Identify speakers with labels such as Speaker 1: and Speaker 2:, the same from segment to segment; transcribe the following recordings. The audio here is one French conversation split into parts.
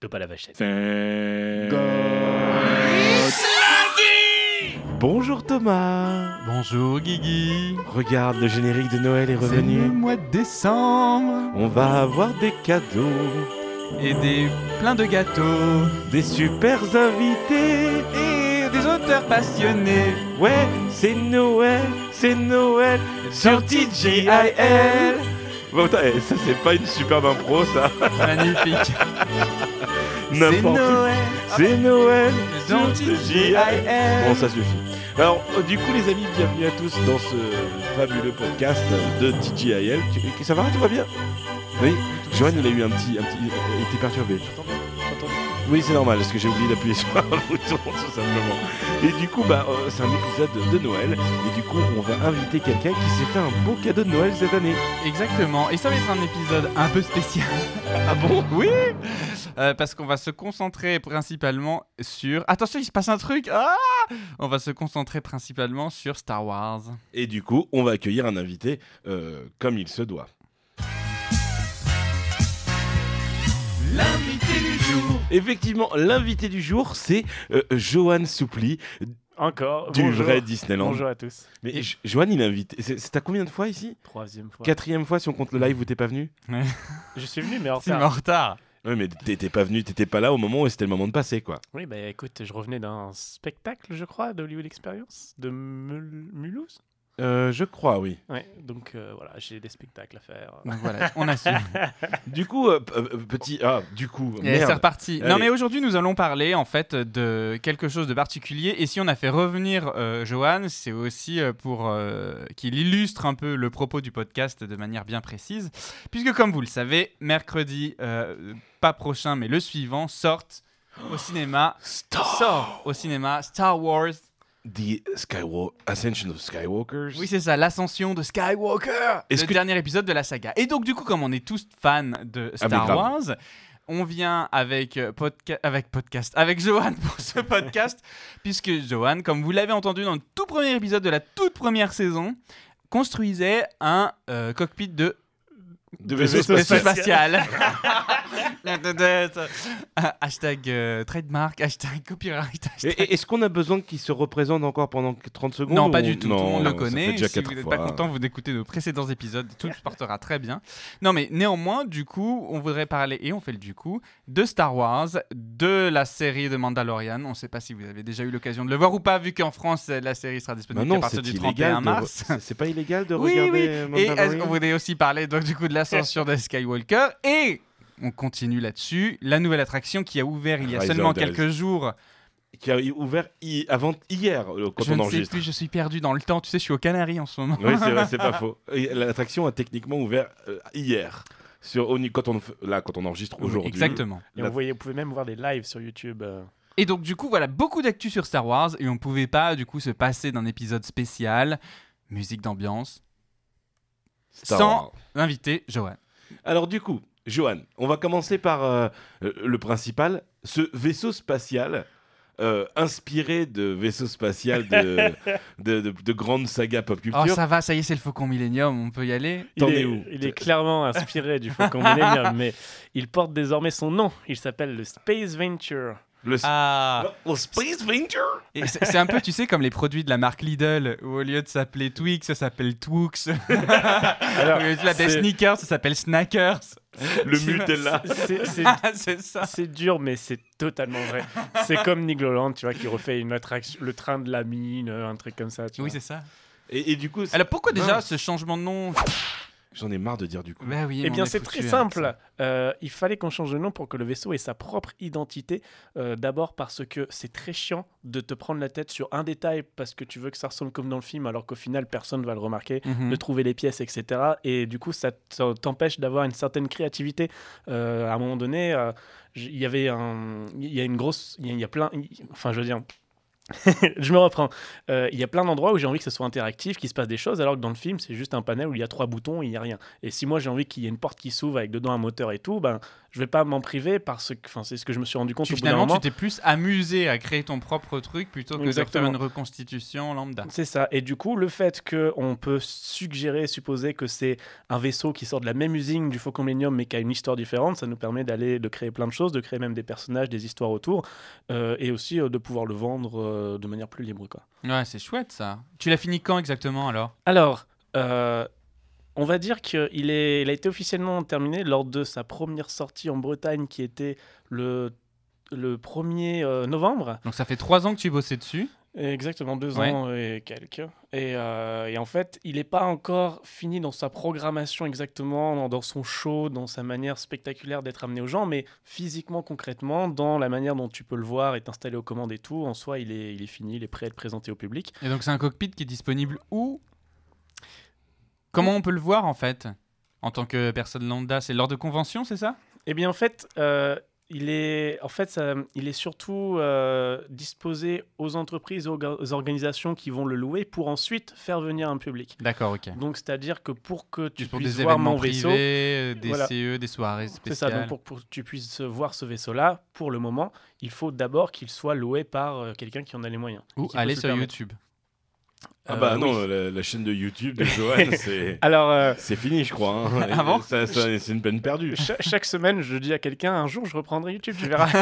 Speaker 1: de pas la vachette.
Speaker 2: Bonjour Thomas
Speaker 3: Bonjour Guigui.
Speaker 2: Regarde, le générique de Noël est
Speaker 3: C'est le
Speaker 2: revenu.
Speaker 3: mois de décembre
Speaker 2: On va avoir des cadeaux,
Speaker 3: et des pleins de gâteaux
Speaker 2: des super invités.
Speaker 3: et des auteurs passionnés.
Speaker 2: Ouais, c'est Noël, c'est Noël sur TGIL. Bon, putain, eh, ça c'est pas une superbe impro ça.
Speaker 3: Magnifique. C'est
Speaker 2: N'importe où.
Speaker 3: Noël.
Speaker 2: C'est Noël sur
Speaker 3: Dans
Speaker 2: TGIL. Bon, ça suffit. Alors, euh, du coup, les amis, bienvenue à tous dans ce fabuleux podcast de TGIL. Tu- euh, Ça va, tout va bien Oui, Joanne, il a eu un petit. Un petit il était perturbé. Oui, c'est normal, parce que j'ai oublié d'appuyer sur un bouton, tout simplement. Et du coup, bah, euh, c'est un épisode de Noël. Et du coup, on va inviter quelqu'un qui s'est fait un beau cadeau de Noël cette année.
Speaker 3: Exactement. Et ça va être un épisode un peu spécial.
Speaker 2: Ah bon
Speaker 3: Oui. Euh, parce qu'on va se concentrer principalement sur. Attention, il se passe un truc. Ah On va se concentrer principalement sur Star Wars.
Speaker 2: Et du coup, on va accueillir un invité euh, comme il se doit.
Speaker 3: L'invité du jour.
Speaker 2: Effectivement, l'invité du jour, c'est euh, Johan Soupli,
Speaker 1: Encore.
Speaker 2: du
Speaker 1: bonjour.
Speaker 2: vrai Disneyland.
Speaker 1: Bonjour à tous.
Speaker 2: Mais Jo- Johan, il est invité. C'est c'est à combien de fois ici
Speaker 1: Troisième fois.
Speaker 2: Quatrième fois si on compte le live où t'es pas venu
Speaker 1: Je suis venu, mais en
Speaker 3: C'est
Speaker 1: retard.
Speaker 3: en retard.
Speaker 2: Oui, mais t'étais pas venu, t'étais pas là au moment où c'était le moment de passer, quoi.
Speaker 1: Oui, bah écoute, je revenais d'un spectacle, je crois, d'Hollywood Experience, de Mul- Mulhouse.
Speaker 2: Euh, je crois, oui.
Speaker 1: Ouais, donc euh, voilà, j'ai des spectacles à faire.
Speaker 3: Donc voilà, on assume.
Speaker 2: Du coup, euh, p- euh, petit. Ah, du coup.
Speaker 3: Et c'est
Speaker 2: Merde.
Speaker 3: reparti. Non
Speaker 2: Allez.
Speaker 3: mais aujourd'hui nous allons parler en fait de quelque chose de particulier et si on a fait revenir euh, Johan, c'est aussi euh, pour euh, qu'il illustre un peu le propos du podcast de manière bien précise puisque comme vous le savez, mercredi euh, pas prochain mais le suivant sortent au cinéma
Speaker 2: Stop
Speaker 3: sort au cinéma Star Wars.
Speaker 2: The Skywalker. Ascension of Skywalkers.
Speaker 3: Oui, c'est ça, l'ascension de Skywalker,
Speaker 2: Est-ce
Speaker 3: le
Speaker 2: que-
Speaker 3: dernier épisode de la saga. Et donc du coup, comme on est tous fans de
Speaker 2: Ah, mais
Speaker 3: Star
Speaker 2: grave.
Speaker 3: Wars, on vient avec euh, podca- avec podcast avec Johan pour ce podcast puisque Johan, comme vous l'avez entendu dans le tout premier épisode de la toute première saison, construisait un euh, cockpit de
Speaker 2: De
Speaker 1: vaisseau
Speaker 2: vaisseau spatial.
Speaker 3: spatial. Euh, hashtag euh, trademark, hashtag copyright,
Speaker 2: Et-
Speaker 3: hashtag
Speaker 2: et- Est-ce qu'on a besoin qu'il se représente encore pendant que 30 secondes
Speaker 3: Non,
Speaker 2: ou-
Speaker 3: pas du tout. tout le monde
Speaker 2: Non,
Speaker 3: le
Speaker 2: Ça fait
Speaker 3: connaît.
Speaker 2: déjà
Speaker 3: si
Speaker 2: quatre
Speaker 3: vous n'êtes
Speaker 2: fois.
Speaker 3: pas content, vous d'écouter nos précédents épisodes. Tout se portera très bien. Non, mais néanmoins, du coup, on voudrait parler, et on fait le du coup, de Star Wars, de la série de Mandalorian. On ne sait pas si vous avez déjà eu l'occasion de le voir ou pas, vu qu'en France, la série sera
Speaker 2: Bah
Speaker 3: disponible
Speaker 2: non,
Speaker 3: à partir
Speaker 2: c'est
Speaker 3: du
Speaker 2: illégal. de
Speaker 3: 31
Speaker 2: re-
Speaker 3: mars.
Speaker 2: c'est- C'est pas illégal de
Speaker 3: Oui,
Speaker 2: regarder.
Speaker 3: oui.
Speaker 2: euh,
Speaker 3: Et
Speaker 2: Mandalorian
Speaker 3: est-ce- on voulait aussi parler donc, du coup de l'ascension de Skywalker et on continue là-dessus. La nouvelle attraction qui a ouvert il y a
Speaker 2: Rise of
Speaker 3: seulement
Speaker 2: the Rise.
Speaker 3: quelques jours.
Speaker 2: Qui a ouvert hi- avant hier euh, quand
Speaker 3: je
Speaker 2: on
Speaker 3: ne sais
Speaker 2: enregistre.
Speaker 3: plus, je suis perdu dans le temps. Tu sais, je suis aux Canaries en ce moment.
Speaker 2: Oui, c'est vrai, c'est pas faux. Et L'attraction a techniquement ouvert euh, hier. Sur, au- quand on, f- là, quand on enregistre aujourd'hui.
Speaker 3: Exactement.
Speaker 1: Et
Speaker 2: La-
Speaker 1: on voyait, vous pouvez même voir des lives sur YouTube. euh,
Speaker 3: Et donc du coup voilà beaucoup d'actu sur Star Wars et on pouvait pas du coup se passer d'un épisode spécial musique d'ambiance
Speaker 2: Star
Speaker 3: Sans-
Speaker 2: Wars.
Speaker 3: invité Johan.
Speaker 2: Alors du coup, Johan, on va commencer par euh, euh, le principal, ce vaisseau spatial. euh, inspiré de vaisseaux spatiaux de, de, de- de grandes sagas
Speaker 1: Ah,
Speaker 2: pop culture.
Speaker 3: Oh ça va ça y est c'est le Faucon Millennium on peut y aller.
Speaker 2: T'en
Speaker 1: Il est,
Speaker 2: es où
Speaker 1: il est clairement inspiré du Faucon Millennium, mais il porte désormais son nom. Il s'appelle le Space Venture.
Speaker 2: Le, sp-
Speaker 3: Ah
Speaker 2: le Space Venture
Speaker 3: et c'est c'est un peu tu sais comme les produits de la marque Lidl où au lieu de s'appeler Twix ça s'appelle Twix. au
Speaker 2: Ah,
Speaker 1: Alors,
Speaker 3: lieu de s'appeler
Speaker 1: c'est-
Speaker 3: Sneakers ça s'appelle Snackers.
Speaker 2: Le
Speaker 3: Tu vois,
Speaker 2: Mutella
Speaker 1: c'est- c'est
Speaker 3: Ah, c'est ça.
Speaker 1: C'est dur, mais c'est totalement vrai. c'est comme Nigloland, tu vois, qui refait une attraction, le train de la mine, euh, un truc comme ça. Tu
Speaker 3: Oui
Speaker 1: vois.
Speaker 3: c'est ça.
Speaker 2: et, et du coup, c'est-
Speaker 3: Alors pourquoi déjà
Speaker 2: Mince.
Speaker 3: ce changement de nom
Speaker 2: j'en ai marre de dire du coup.
Speaker 3: Bah oui.
Speaker 1: Eh
Speaker 3: on
Speaker 1: bien,
Speaker 3: est
Speaker 1: c'est
Speaker 3: foutu
Speaker 1: très
Speaker 3: avec
Speaker 1: simple.
Speaker 3: ça.
Speaker 1: Euh, il fallait qu'on change de nom pour que le vaisseau ait sa propre identité. Euh, D'abord parce que c'est très chiant de te prendre la tête sur un détail parce que tu veux que ça ressemble comme dans le film, alors qu'au final, personne va le remarquer.
Speaker 3: Mhm.
Speaker 1: de trouver les pièces, etc. Et du coup, ça t- t'empêche d'avoir une certaine créativité. Euh, à un moment donné, euh, j- il y avait un, il y a une grosse, il y a- il y a plein, il- enfin, je veux dire. je me reprends. Euh, Il y a plein d'endroits où j'ai envie que ce soit interactif, qu'il se passe des choses, alors que dans le film, c'est juste un panel où il y a trois boutons et il n'y a rien. Et si moi j'ai envie qu'il y ait une porte qui s'ouvre avec dedans un moteur et tout, ben, je vais pas m'en priver parce que enfin, c'est ce que je me suis rendu compte
Speaker 3: Tu,
Speaker 1: au bout d'un
Speaker 3: finalement,
Speaker 1: moment.
Speaker 3: tu t'es plus amusé à créer ton propre truc plutôt que de
Speaker 1: Exactement.
Speaker 3: faire une reconstitution lambda.
Speaker 1: C'est ça. Et du coup, le fait qu'on peut suggérer, supposer que c'est un vaisseau qui sort de la même usine du Faucon Millennium mais qui a une histoire différente, ça nous permet d'aller de créer plein de choses, de créer même des personnages, des histoires autour, euh, et aussi euh, de pouvoir le vendre euh, de manière plus libre. Quoi.
Speaker 3: Ouais, c'est chouette ça. Tu l'as fini quand exactement alors
Speaker 1: Alors, euh, on va dire qu'il est, il a été officiellement terminé lors de sa première sortie en Bretagne qui était le, le 1er euh, novembre.
Speaker 3: Donc ça fait trois ans que tu bossais dessus.
Speaker 1: Exactement, deux
Speaker 3: Ouais.
Speaker 1: ans et quelques. Et, euh, et en fait, il n'est pas encore fini dans sa programmation exactement, dans- dans son show, dans sa manière spectaculaire d'être amené aux gens, mais physiquement, concrètement, dans la manière dont tu peux le voir et t'installer aux commandes et tout, en soi, il est, il est fini, il est prêt à être présenté au public.
Speaker 3: Et donc c'est un cockpit qui est disponible où Comment on peut le voir en fait En tant que personne lambda, c'est lors de convention, c'est ça
Speaker 1: Eh bien, en fait, euh, il est, en fait, ça- il est surtout euh, disposé aux entreprises, aux, orga- aux organisations qui vont le louer pour ensuite faire venir un public.
Speaker 3: D'accord, ok.
Speaker 1: Donc, c'est-à-dire que pour que tu
Speaker 3: Juste pour
Speaker 1: puisses
Speaker 3: des
Speaker 1: voir
Speaker 3: événements
Speaker 1: mon vaisseau,
Speaker 3: privés, euh, des
Speaker 1: Voilà.
Speaker 3: CE, des soirées spéciales.
Speaker 1: C'est ça, donc pour, pour que tu puisses voir ce vaisseau-là, pour le moment, il faut d'abord qu'il soit loué par euh, quelqu'un qui en a les moyens. et
Speaker 3: Ou
Speaker 1: qui peut
Speaker 3: aller
Speaker 1: se le
Speaker 3: sur
Speaker 1: permettre.
Speaker 3: YouTube.
Speaker 2: Ah
Speaker 1: Euh,
Speaker 2: bah
Speaker 1: oui.
Speaker 2: non, la, la chaîne de YouTube de Johan, c'est.
Speaker 1: Alors, euh,
Speaker 2: C'est fini, je crois. hein.
Speaker 3: Ah bon
Speaker 2: Ça- ça- C'est une peine perdue.
Speaker 1: cha- chaque semaine, je dis à quelqu'un, un jour, je reprendrai YouTube, tu verras.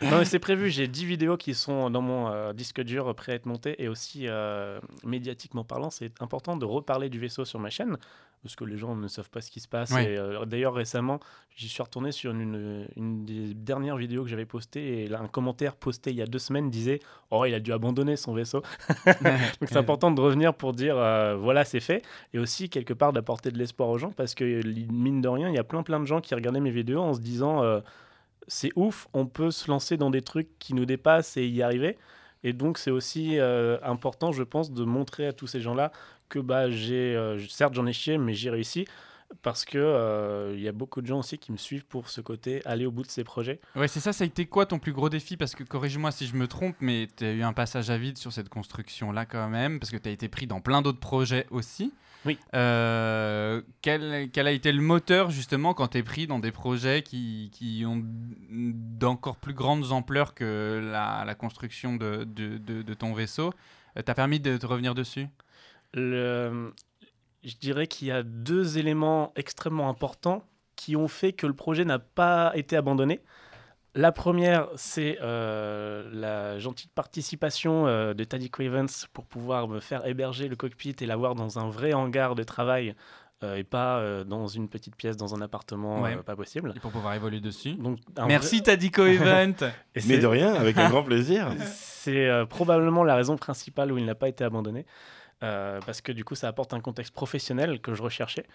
Speaker 1: non, mais c'est prévu, j'ai 10 vidéos qui sont dans mon euh, disque dur euh, prêt à être montées, et aussi, euh, médiatiquement parlant, c'est important de reparler du vaisseau sur ma chaîne, parce que les gens ne savent pas ce qui se passe.
Speaker 3: Ouais.
Speaker 1: et, euh, D'ailleurs, récemment, j'y suis retourné sur une, une des dernières vidéos que j'avais postées, et là, un commentaire posté il y a deux semaines disait, oh, il a dû abandonner son vaisseau. Donc c'est important de revenir pour dire euh, voilà c'est fait et aussi quelque part d'apporter de l'espoir aux gens parce que li- mine de rien il y a plein plein de gens qui regardaient mes vidéos en se disant euh, c'est ouf on peut se lancer dans des trucs qui nous dépassent et y arriver et donc c'est aussi euh, important je pense de montrer à tous ces gens là que bah j'ai euh, certes j'en ai chié mais j'ai réussi parce que euh, il y a beaucoup de gens aussi qui me suivent pour ce côté aller au bout de ces projets
Speaker 3: Ouais, c'est ça, ça a été quoi ton plus gros défi Parce que corrige-moi si je me trompe, mais tu as eu un passage à vide sur cette construction-là quand même, parce que tu as été pris dans plein d'autres projets aussi.
Speaker 1: Oui.
Speaker 3: Euh, quel, quel a été le moteur justement quand tu es pris dans des projets qui, qui ont d'encore plus grandes ampleurs que la, la construction de, de, de- de ton vaisseau Euh, T'as permis de te revenir dessus
Speaker 1: Le- je dirais qu'il y a deux éléments extrêmement importants qui ont fait que le projet n'a pas été abandonné. La première, c'est euh, la gentille participation euh, de Taddy Cravens pour pouvoir me faire héberger le cockpit et l'avoir dans un vrai hangar de travail euh, et pas euh, dans une petite pièce dans un appartement,
Speaker 3: Ouais.
Speaker 1: euh, pas possible.
Speaker 3: et pour pouvoir évoluer dessus
Speaker 1: Donc, un
Speaker 3: Merci Tadico Event
Speaker 1: vrai- et
Speaker 2: Mais
Speaker 1: c'est-
Speaker 2: de rien, avec un grand plaisir.
Speaker 1: c'est euh, probablement la raison principale où il n'a pas été abandonné, euh, parce que du coup, ça apporte un contexte professionnel que je recherchais.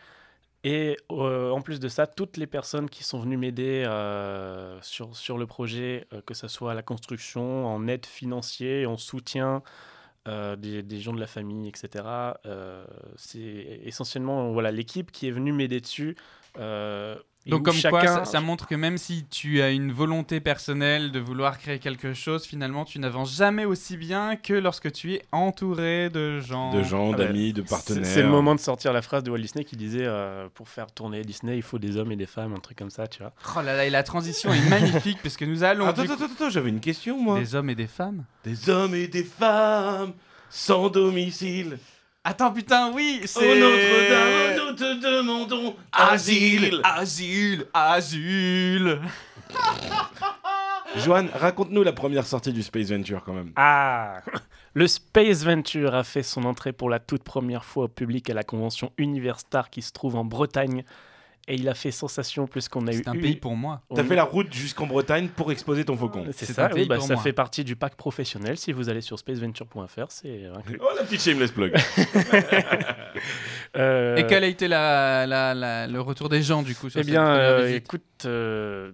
Speaker 1: Et euh, en plus de ça, toutes les personnes qui sont venues m'aider euh, sur, sur le projet, euh, que ce soit à la construction, en aide financière, en soutien euh, des, des gens de la famille, etc., euh, c'est essentiellement voilà, l'équipe qui est venue m'aider dessus. euh, et
Speaker 3: Donc
Speaker 1: où
Speaker 3: comme quoi,
Speaker 1: chacun-
Speaker 3: ça, ça montre que même si tu as une volonté personnelle de vouloir créer quelque chose, finalement, tu n'avances jamais aussi bien que lorsque tu es entouré de gens.
Speaker 2: De gens,
Speaker 1: Ah bah,
Speaker 2: d'amis, de
Speaker 1: C'est
Speaker 2: partenaires.
Speaker 1: c'est le moment de sortir la phrase de Walt Disney qui disait euh, pour faire tourner Disney, il faut des hommes et des femmes, un truc comme ça, tu vois.
Speaker 3: Oh là là, et la transition est magnifique parce que nous allons
Speaker 2: Attends,
Speaker 3: du
Speaker 2: Ah, attends, attends,
Speaker 3: coup-
Speaker 2: attends, j'avais une question, moi.
Speaker 3: des hommes et des femmes.
Speaker 2: Des hommes et des femmes sans domicile.
Speaker 3: Attends putain, oui,
Speaker 2: Au
Speaker 3: c'est
Speaker 2: Notre-Dame, nous te demandons
Speaker 3: oh, Asile,
Speaker 2: asile.
Speaker 3: asile, asile.
Speaker 2: Johan, raconte-nous la première sortie du Space Venture quand même.
Speaker 1: Ah Le Space Venture a fait son entrée pour la toute première fois au public à la convention Universtar qui se trouve en Bretagne. Et il a fait sensation plus qu'on a eu.
Speaker 3: C'est un pays pour moi.
Speaker 1: on-
Speaker 2: T'as fait la route jusqu'en Bretagne pour exposer ton faucon.
Speaker 1: C'est
Speaker 3: C'est
Speaker 1: ça,
Speaker 3: un
Speaker 1: oui,
Speaker 3: pays
Speaker 1: bah,
Speaker 3: pour
Speaker 1: ça
Speaker 3: moi.
Speaker 1: fait partie du pack professionnel. Si vous allez sur spaceventure.fr, c'est. inclus.
Speaker 2: Oh la petite shameless plug.
Speaker 1: Euh,
Speaker 3: Et quel a été la, la- la- le retour des gens du coup sur
Speaker 1: Eh
Speaker 3: cette
Speaker 1: bien,
Speaker 3: première
Speaker 1: euh,
Speaker 3: visite
Speaker 1: écoute, euh,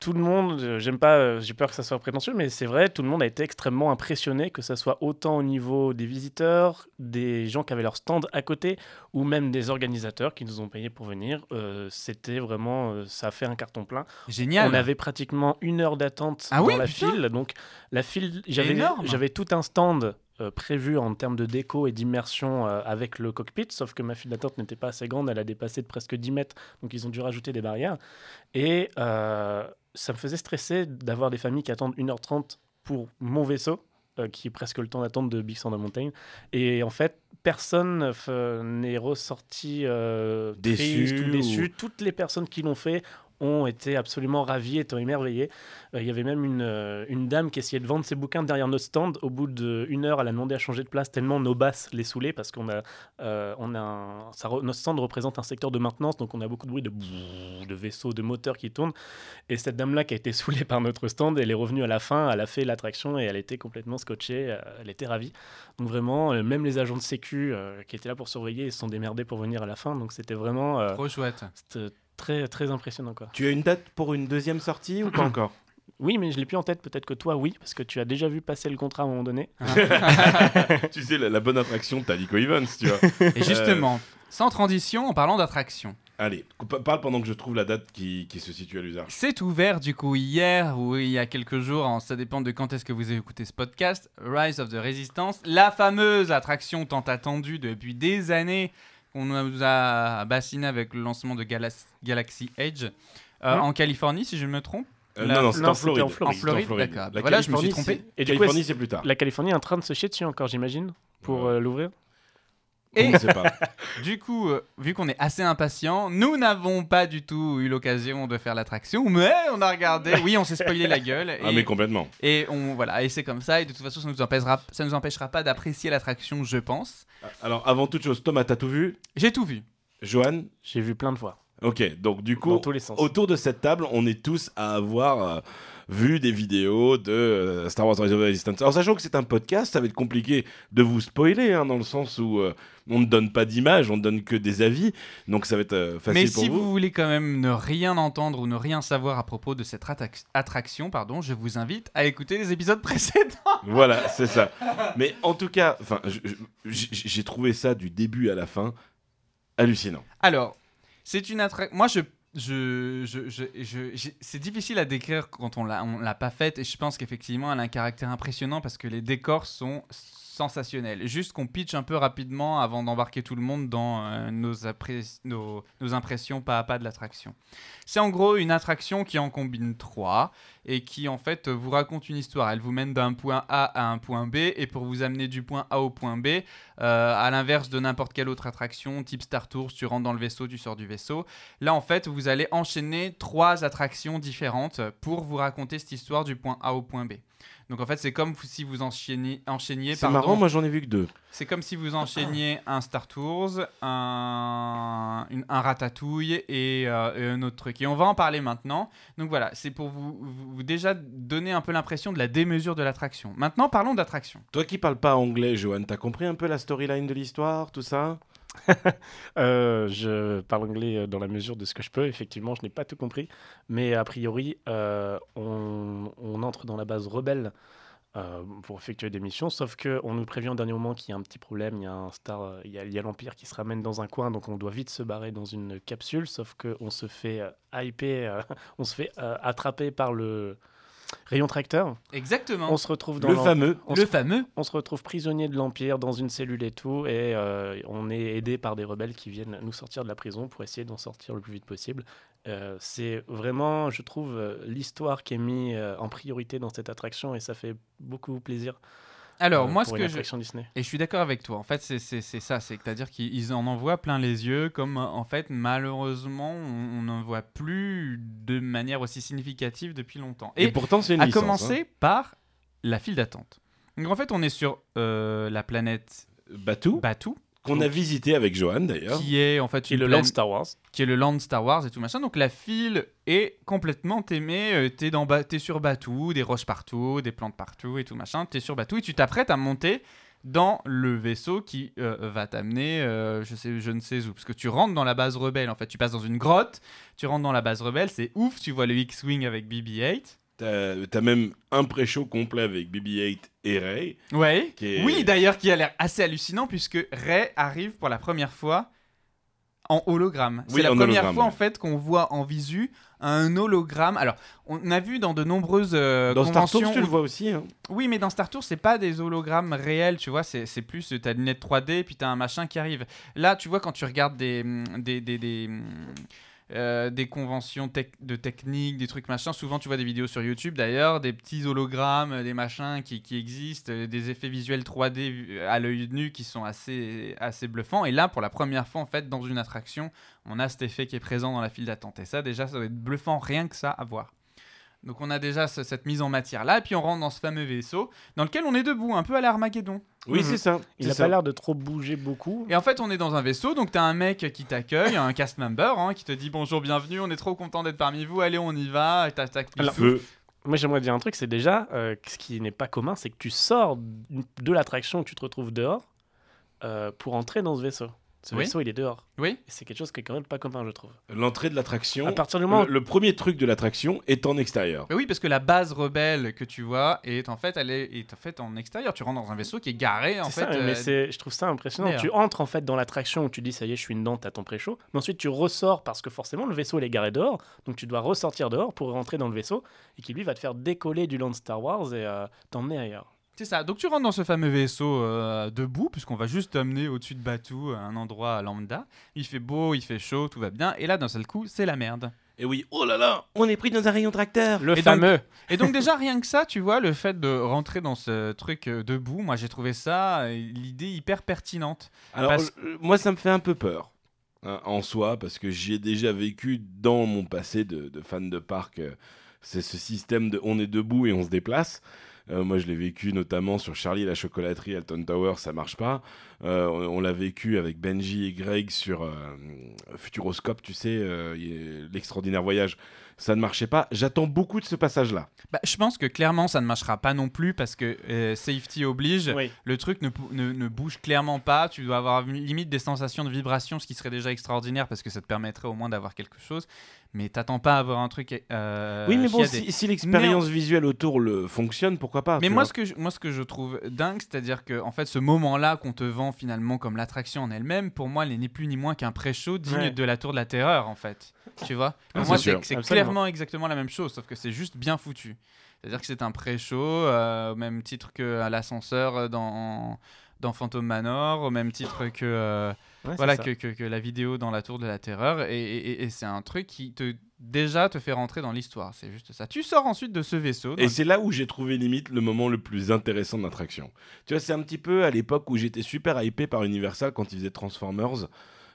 Speaker 1: tout le monde, euh, j'aime pas, euh, j'ai peur que ça soit prétentieux, mais c'est vrai, tout le monde a été extrêmement impressionné, que ce soit autant au niveau des visiteurs, des gens qui avaient leur stand à côté, ou même des organisateurs qui nous ont payés pour venir. Euh, C'était vraiment, euh, ça a fait un carton plein.
Speaker 3: Génial.
Speaker 1: On avait pratiquement une heure d'attente
Speaker 3: Ah
Speaker 1: dans
Speaker 3: oui,
Speaker 1: la
Speaker 3: putain.
Speaker 1: file. Donc, la file, j'avais,
Speaker 3: Énorme.
Speaker 1: j'avais tout un stand euh, prévu en termes de déco et d'immersion euh, avec le cockpit, sauf que ma file d'attente n'était pas assez grande, elle a dépassé de presque 10 mètres, donc ils ont dû rajouter des barrières. Et euh, ça me faisait stresser d'avoir des familles qui attendent 1h30 pour mon vaisseau, euh, qui est presque le temps d'attente de Big Thunder Mountain. Et en fait, personne euh, n'est ressorti euh,
Speaker 2: Déçu
Speaker 1: triste ou
Speaker 2: ou-
Speaker 1: déçu. Toutes les personnes qui l'ont fait ont été absolument ravies, étant émerveillées. Euh, Il y avait même une, euh, une dame qui essayait de vendre ses bouquins derrière notre stand. Au bout d'une heure, elle a demandé à changer de place tellement nos basses les saoulaient parce qu'on a, euh, on a un- ça re- notre stand représente un secteur de maintenance, donc on a beaucoup de bruit de, bouh, de vaisseaux, de moteurs qui tournent. Et cette dame-là qui a été saoulée par notre stand, elle est revenue à la fin, elle a fait l'attraction et elle était complètement scotchée, euh, elle était ravie. Donc vraiment, euh, même les agents de sécu euh, qui étaient là pour surveiller, ils se sont démerdés pour venir à la fin. Donc c'était vraiment euh,
Speaker 3: Trop chouette.
Speaker 1: c'était très, très impressionnant. Quoi.
Speaker 4: Tu as une date pour une deuxième sortie ou pas encore
Speaker 1: Oui, mais je l'ai plus en tête, peut-être que toi, oui, parce que tu as déjà vu passer le contrat à un moment donné.
Speaker 2: Ah. tu sais, la, la bonne attraction, t'as Nico Evans, tu vois.
Speaker 3: Et justement, sans transition, en parlant d'attraction,
Speaker 2: Allez, pa- parle pendant que je trouve la date qui, qui se situe à l'usage.
Speaker 3: c'est ouvert du coup hier ou il y a quelques jours, en- ça dépend de quand est-ce que vous écoutez ce podcast, Rise of the Resistance, la fameuse attraction tant attendue depuis des années qu'on nous a bassiné avec le lancement de Galas- Galaxy Edge euh,
Speaker 1: Hmm.
Speaker 3: en Californie, si je ne me trompe.
Speaker 2: Euh,
Speaker 3: La-
Speaker 2: non, non, c'est
Speaker 1: non,
Speaker 2: en
Speaker 1: c'était
Speaker 2: Floride.
Speaker 1: en Floride.
Speaker 2: C'est
Speaker 3: En Floride, d'accord.
Speaker 2: La
Speaker 3: Voilà, je me suis
Speaker 2: Californie,
Speaker 3: trompé.
Speaker 2: c'est-
Speaker 1: Et du coup,
Speaker 2: Californie, c'est plus tard.
Speaker 1: La Californie est en train de se chier dessus encore, j'imagine, pour
Speaker 2: Ouais.
Speaker 1: euh, l'ouvrir.
Speaker 3: Et-
Speaker 2: On ne sait pas.
Speaker 3: Du coup, euh, vu qu'on est assez impatient, nous n'avons pas du tout eu l'occasion de faire l'attraction, mais on a regardé. Oui, on s'est spoilé la gueule.
Speaker 2: Ah,
Speaker 3: et-
Speaker 2: mais complètement.
Speaker 3: Et on voilà, et c'est comme ça. Et de toute façon, ça nous empêchera, ça nous empêchera pas d'apprécier l'attraction, je pense.
Speaker 2: Alors, avant toute chose, Thomas, t'as tout vu
Speaker 3: J'ai tout vu.
Speaker 2: Johan
Speaker 1: J'ai vu plein de fois,
Speaker 2: Ok, donc du
Speaker 1: dans
Speaker 2: coup,
Speaker 1: tous les sens.
Speaker 2: autour de cette table, on est tous à avoir euh, vu des vidéos de euh, Star Wars Rise of the Resistance. Alors, sachant que c'est un podcast, ça va être compliqué de vous spoiler, hein, dans le sens où euh, on ne donne pas d'image, on ne donne que des avis, donc ça va être euh, facile
Speaker 3: Mais
Speaker 2: pour
Speaker 3: si
Speaker 2: vous.
Speaker 3: vous. voulez quand même ne rien entendre ou ne rien savoir à propos de cette attac- attraction, pardon, je vous invite à écouter les épisodes précédents.
Speaker 2: Voilà, c'est ça. Mais en tout cas, enfin, je- je- j- j'ai trouvé ça du début à la fin hallucinant.
Speaker 3: Alors, c'est une attraction. Moi, je je, je, je, je- j'ai- c'est difficile à décrire quand on l'a, on l'a pas faite et je pense qu'effectivement elle a un caractère impressionnant parce que les décors sont sensationnels. Juste qu'on pitch un peu rapidement avant d'embarquer tout le monde dans euh, nos, appré- nos, nos impressions pas à pas de l'attraction. C'est en gros une attraction qui en combine trois et qui en fait vous raconte une histoire. Elle vous mène d'un point A à un point B et pour vous amener du point A au point B, euh, à l'inverse de n'importe quelle autre attraction, type Star Tours, tu rentres dans le vaisseau, tu sors du vaisseau. Là, en fait, vous allez enchaîner trois attractions différentes pour vous raconter cette histoire du point A au point B. Donc, en fait, c'est comme si vous enchaîniez. enchaîniez
Speaker 2: C'est
Speaker 3: pardon.
Speaker 2: marrant, moi j'en ai vu que deux.
Speaker 3: C'est comme si vous enchaîniez un Star Tours, un, une- un Ratatouille et, euh, et un autre truc. Et on va en parler maintenant. Donc voilà, c'est pour vous, vous- vous déjà donner un peu l'impression de la démesure de l'attraction. Maintenant, parlons d'attraction.
Speaker 2: Toi qui parles pas anglais, Johan, t'as compris un peu la storyline de l'histoire, tout ça
Speaker 1: Euh, je parle anglais euh, dans la mesure de ce que je peux. Effectivement, je n'ai pas tout compris. Mais a priori, euh, on, on entre dans la base rebelle euh, pour effectuer des missions. Sauf qu'on nous prévient au dernier moment qu'il y a un petit problème. Il y a un star, euh, il y a, il y a l'Empire qui se ramène dans un coin. Donc on doit vite se barrer dans une capsule. Sauf qu'on se fait euh, hyper, euh, on se fait euh, attraper par le rayon tracteur.
Speaker 3: Exactement.
Speaker 1: On se retrouve dans
Speaker 2: Le
Speaker 1: l'en-
Speaker 2: fameux.
Speaker 1: on
Speaker 3: le
Speaker 1: se-
Speaker 3: fameux.
Speaker 1: on se retrouve prisonnier de l'Empire dans une cellule et tout, et euh, on est aidé par des rebelles qui viennent nous sortir de la prison pour essayer d'en sortir le plus vite possible. Euh, c'est vraiment, je trouve, euh, l'histoire qui est mise euh, en priorité dans cette attraction, et ça fait beaucoup plaisir.
Speaker 3: Alors,
Speaker 1: euh,
Speaker 3: moi, ce
Speaker 1: pour
Speaker 3: que
Speaker 1: une
Speaker 3: je,
Speaker 1: attraction Disney.
Speaker 3: Et je suis d'accord avec toi. En fait, c'est- c'est c'est ça. C'est-à-dire qu'ils en envoient plein les yeux, comme euh, en fait, malheureusement, on on n'en voit plus de manière aussi significative depuis longtemps.
Speaker 2: Et,
Speaker 3: Et,
Speaker 2: pourtant, c'est une
Speaker 3: à
Speaker 2: licence, hein.
Speaker 3: commencer par la file d'attente. Donc en fait, on est sur euh, la planète
Speaker 2: hein. Batou,
Speaker 3: Batuu,
Speaker 2: qu'on a visité avec Johan d'ailleurs.
Speaker 3: Bah, qui est en fait
Speaker 1: Et
Speaker 3: une
Speaker 1: le
Speaker 3: planète-
Speaker 1: Land Star Wars.
Speaker 3: qui est le land Star Wars et tout machin. Donc la file est complètement aimée. Euh, T'es dans Ba- t'es sur Batou, des roches partout, des plantes partout et tout machin. T'es sur Batou et tu t'apprêtes à monter dans le vaisseau qui euh, va t'amener, euh, je, sais, je ne sais où. Parce que tu rentres dans la base rebelle, en fait. Tu passes dans une grotte, tu rentres dans la base rebelle, c'est ouf. Tu vois le X-Wing avec BB-8.
Speaker 2: T'as t'as même un pré-show complet avec BB-8 et Ray.
Speaker 3: Ouais.
Speaker 2: Qui est-
Speaker 3: Oui, d'ailleurs, qui a l'air assez hallucinant puisque Ray arrive pour la première fois en hologramme.
Speaker 2: Oui,
Speaker 3: C'est la
Speaker 2: en
Speaker 3: première
Speaker 2: hologramme,
Speaker 3: fois en
Speaker 2: ouais.
Speaker 3: fait qu'on voit en visu un hologramme. Alors, on a vu dans de nombreuses euh,
Speaker 4: Dans Star
Speaker 3: conventions.
Speaker 4: Tours, tu le vois aussi. hein.
Speaker 3: Oui, mais dans Star Tours, c'est pas des hologrammes réels, tu vois, c'est c'est plus euh, t'as des lunettes 3D, puis t'as un machin qui arrive. Là, tu vois, quand tu regardes des, mm, des, des, des, mm, euh, des conventions tec- de technique, des trucs machin, souvent tu vois des vidéos sur YouTube d'ailleurs, des petits hologrammes, euh, des machins qui, qui existent, euh, des effets visuels 3D vu- à l'œil nu qui sont assez, assez bluffants. Et là, pour la première fois, en fait, dans une attraction, on a cet effet qui est présent dans la file d'attente. Et ça, déjà, ça doit être bluffant rien que ça à voir. Donc on a déjà ce- cette mise en matière là, et puis on rentre dans ce fameux vaisseau dans lequel on est debout, un peu à l'Armageddon.
Speaker 4: Oui,
Speaker 2: Mhm.
Speaker 4: c'est ça.
Speaker 1: Il
Speaker 4: c'est
Speaker 1: n'a
Speaker 4: ça.
Speaker 1: pas l'air de trop bouger beaucoup.
Speaker 3: Et en fait on est dans un vaisseau, donc t'as un mec qui t'accueille, un cast member, hein, qui te dit bonjour, bienvenue, on est trop content d'être parmi vous, allez on y va, et tac tac. il
Speaker 1: Alors, euh,
Speaker 3: souffle.
Speaker 2: Feu.
Speaker 1: Moi, j'aimerais dire un truc, c'est déjà, euh, ce qui n'est pas commun, c'est que tu sors de l'attraction où tu te retrouves dehors euh, pour entrer dans ce vaisseau. Ce
Speaker 3: Oui.
Speaker 1: vaisseau, il est dehors.
Speaker 3: Oui.
Speaker 1: Et c'est quelque chose qui est quand même pas commun, je trouve.
Speaker 2: L'entrée de
Speaker 1: À
Speaker 2: l'attraction.
Speaker 1: partir du moment
Speaker 2: Le,
Speaker 1: où
Speaker 2: le premier truc de l'attraction est en extérieur.
Speaker 3: Mais oui, parce que la base rebelle que tu vois est en fait elle est, est en fait en extérieur. Tu rentres dans un vaisseau qui est garé en
Speaker 1: C'est
Speaker 3: fait.
Speaker 1: ça, mais
Speaker 3: euh,
Speaker 1: c'est- je trouve ça impressionnant.
Speaker 3: d'ailleurs.
Speaker 1: Tu entres en fait dans l'attraction où tu dis ça y est, je suis une dente à ton pré-chaud, mais ensuite tu ressors parce que forcément le vaisseau il est garé dehors, donc tu dois ressortir dehors pour rentrer dans le vaisseau et qui lui va te faire décoller du land Star Wars et euh, t'emmener ailleurs.
Speaker 3: C'est ça. Donc tu rentres dans ce fameux vaisseau euh, debout, puisqu'on va juste t'amener au-dessus de Batou, à un endroit lambda. Il fait beau, il fait chaud, tout va bien. Et là, d'un seul coup, c'est la merde.
Speaker 2: Et oui, oh là là
Speaker 4: On est pris dans un rayon tracteur.
Speaker 1: Le
Speaker 3: Et donc-
Speaker 1: fameux.
Speaker 3: Et donc déjà, rien que ça, tu vois, le fait de rentrer dans ce truc euh, debout, moi j'ai trouvé ça, euh, l'idée hyper pertinente.
Speaker 2: Alors,
Speaker 3: Parce-
Speaker 2: euh, moi, ça me fait un peu peur hein, en soi, parce que j'y ai déjà vécu dans mon passé de, de fan de parc. euh, c'est ce système de on est debout et on se déplace. Euh, moi, je l'ai vécu notamment sur Charlie et la chocolaterie, Alton Tower, ça marche pas. Euh, on on l'a vécu avec Benji et Greg sur euh, Futuroscope, tu sais, euh, y est- l'extraordinaire voyage. Ça ne marchait pas. J'attends beaucoup de ce passage-là.
Speaker 3: Bah, je pense que clairement, ça ne marchera pas non plus, parce que euh, safety oblige,
Speaker 1: Oui.
Speaker 3: le truc ne, pou- ne- ne bouge clairement pas, tu dois avoir limite des sensations de vibration, ce qui serait déjà extraordinaire, parce que ça te permettrait au moins d'avoir quelque chose, mais t'attends pas à avoir un truc... euh,
Speaker 4: oui, mais bon,
Speaker 3: chiadé.
Speaker 4: si, si
Speaker 2: Expérience
Speaker 4: l'expérience.
Speaker 2: visuelle autour le fonctionne, pourquoi pas
Speaker 3: Mais
Speaker 2: Ah, tu
Speaker 3: moi
Speaker 2: vois.
Speaker 3: ce, que je, moi, ce que je trouve dingue, c'est-à-dire que en fait, ce moment-là qu'on te vend finalement comme l'attraction en elle-même, pour moi, elle n'est ni plus ni moins qu'un pré-show digne
Speaker 1: Ouais.
Speaker 3: de la Tour de la Terreur, en fait. Tu vois Pour
Speaker 2: c'est
Speaker 3: moi,
Speaker 2: sûr.
Speaker 3: c'est c'est
Speaker 1: Absolument.
Speaker 3: clairement exactement la même chose, sauf que c'est juste bien foutu. C'est-à-dire que c'est un pré-show, euh, au même titre que à l'ascenseur euh, dans, dans Phantom Manor, au même titre que. euh,
Speaker 1: Ouais, c'est
Speaker 3: voilà
Speaker 1: ça.
Speaker 3: que, que- que la vidéo dans la tour de la terreur et, et- et- et c'est un truc qui te déjà te fait rentrer dans l'histoire c'est juste ça tu sors ensuite de ce vaisseau dans
Speaker 2: Et c'est là où j'ai trouvé limite le moment le plus intéressant de l'attraction. Tu vois, c'est un petit peu à l'époque où j'étais super hypé par Universal quand ils faisaient Transformers.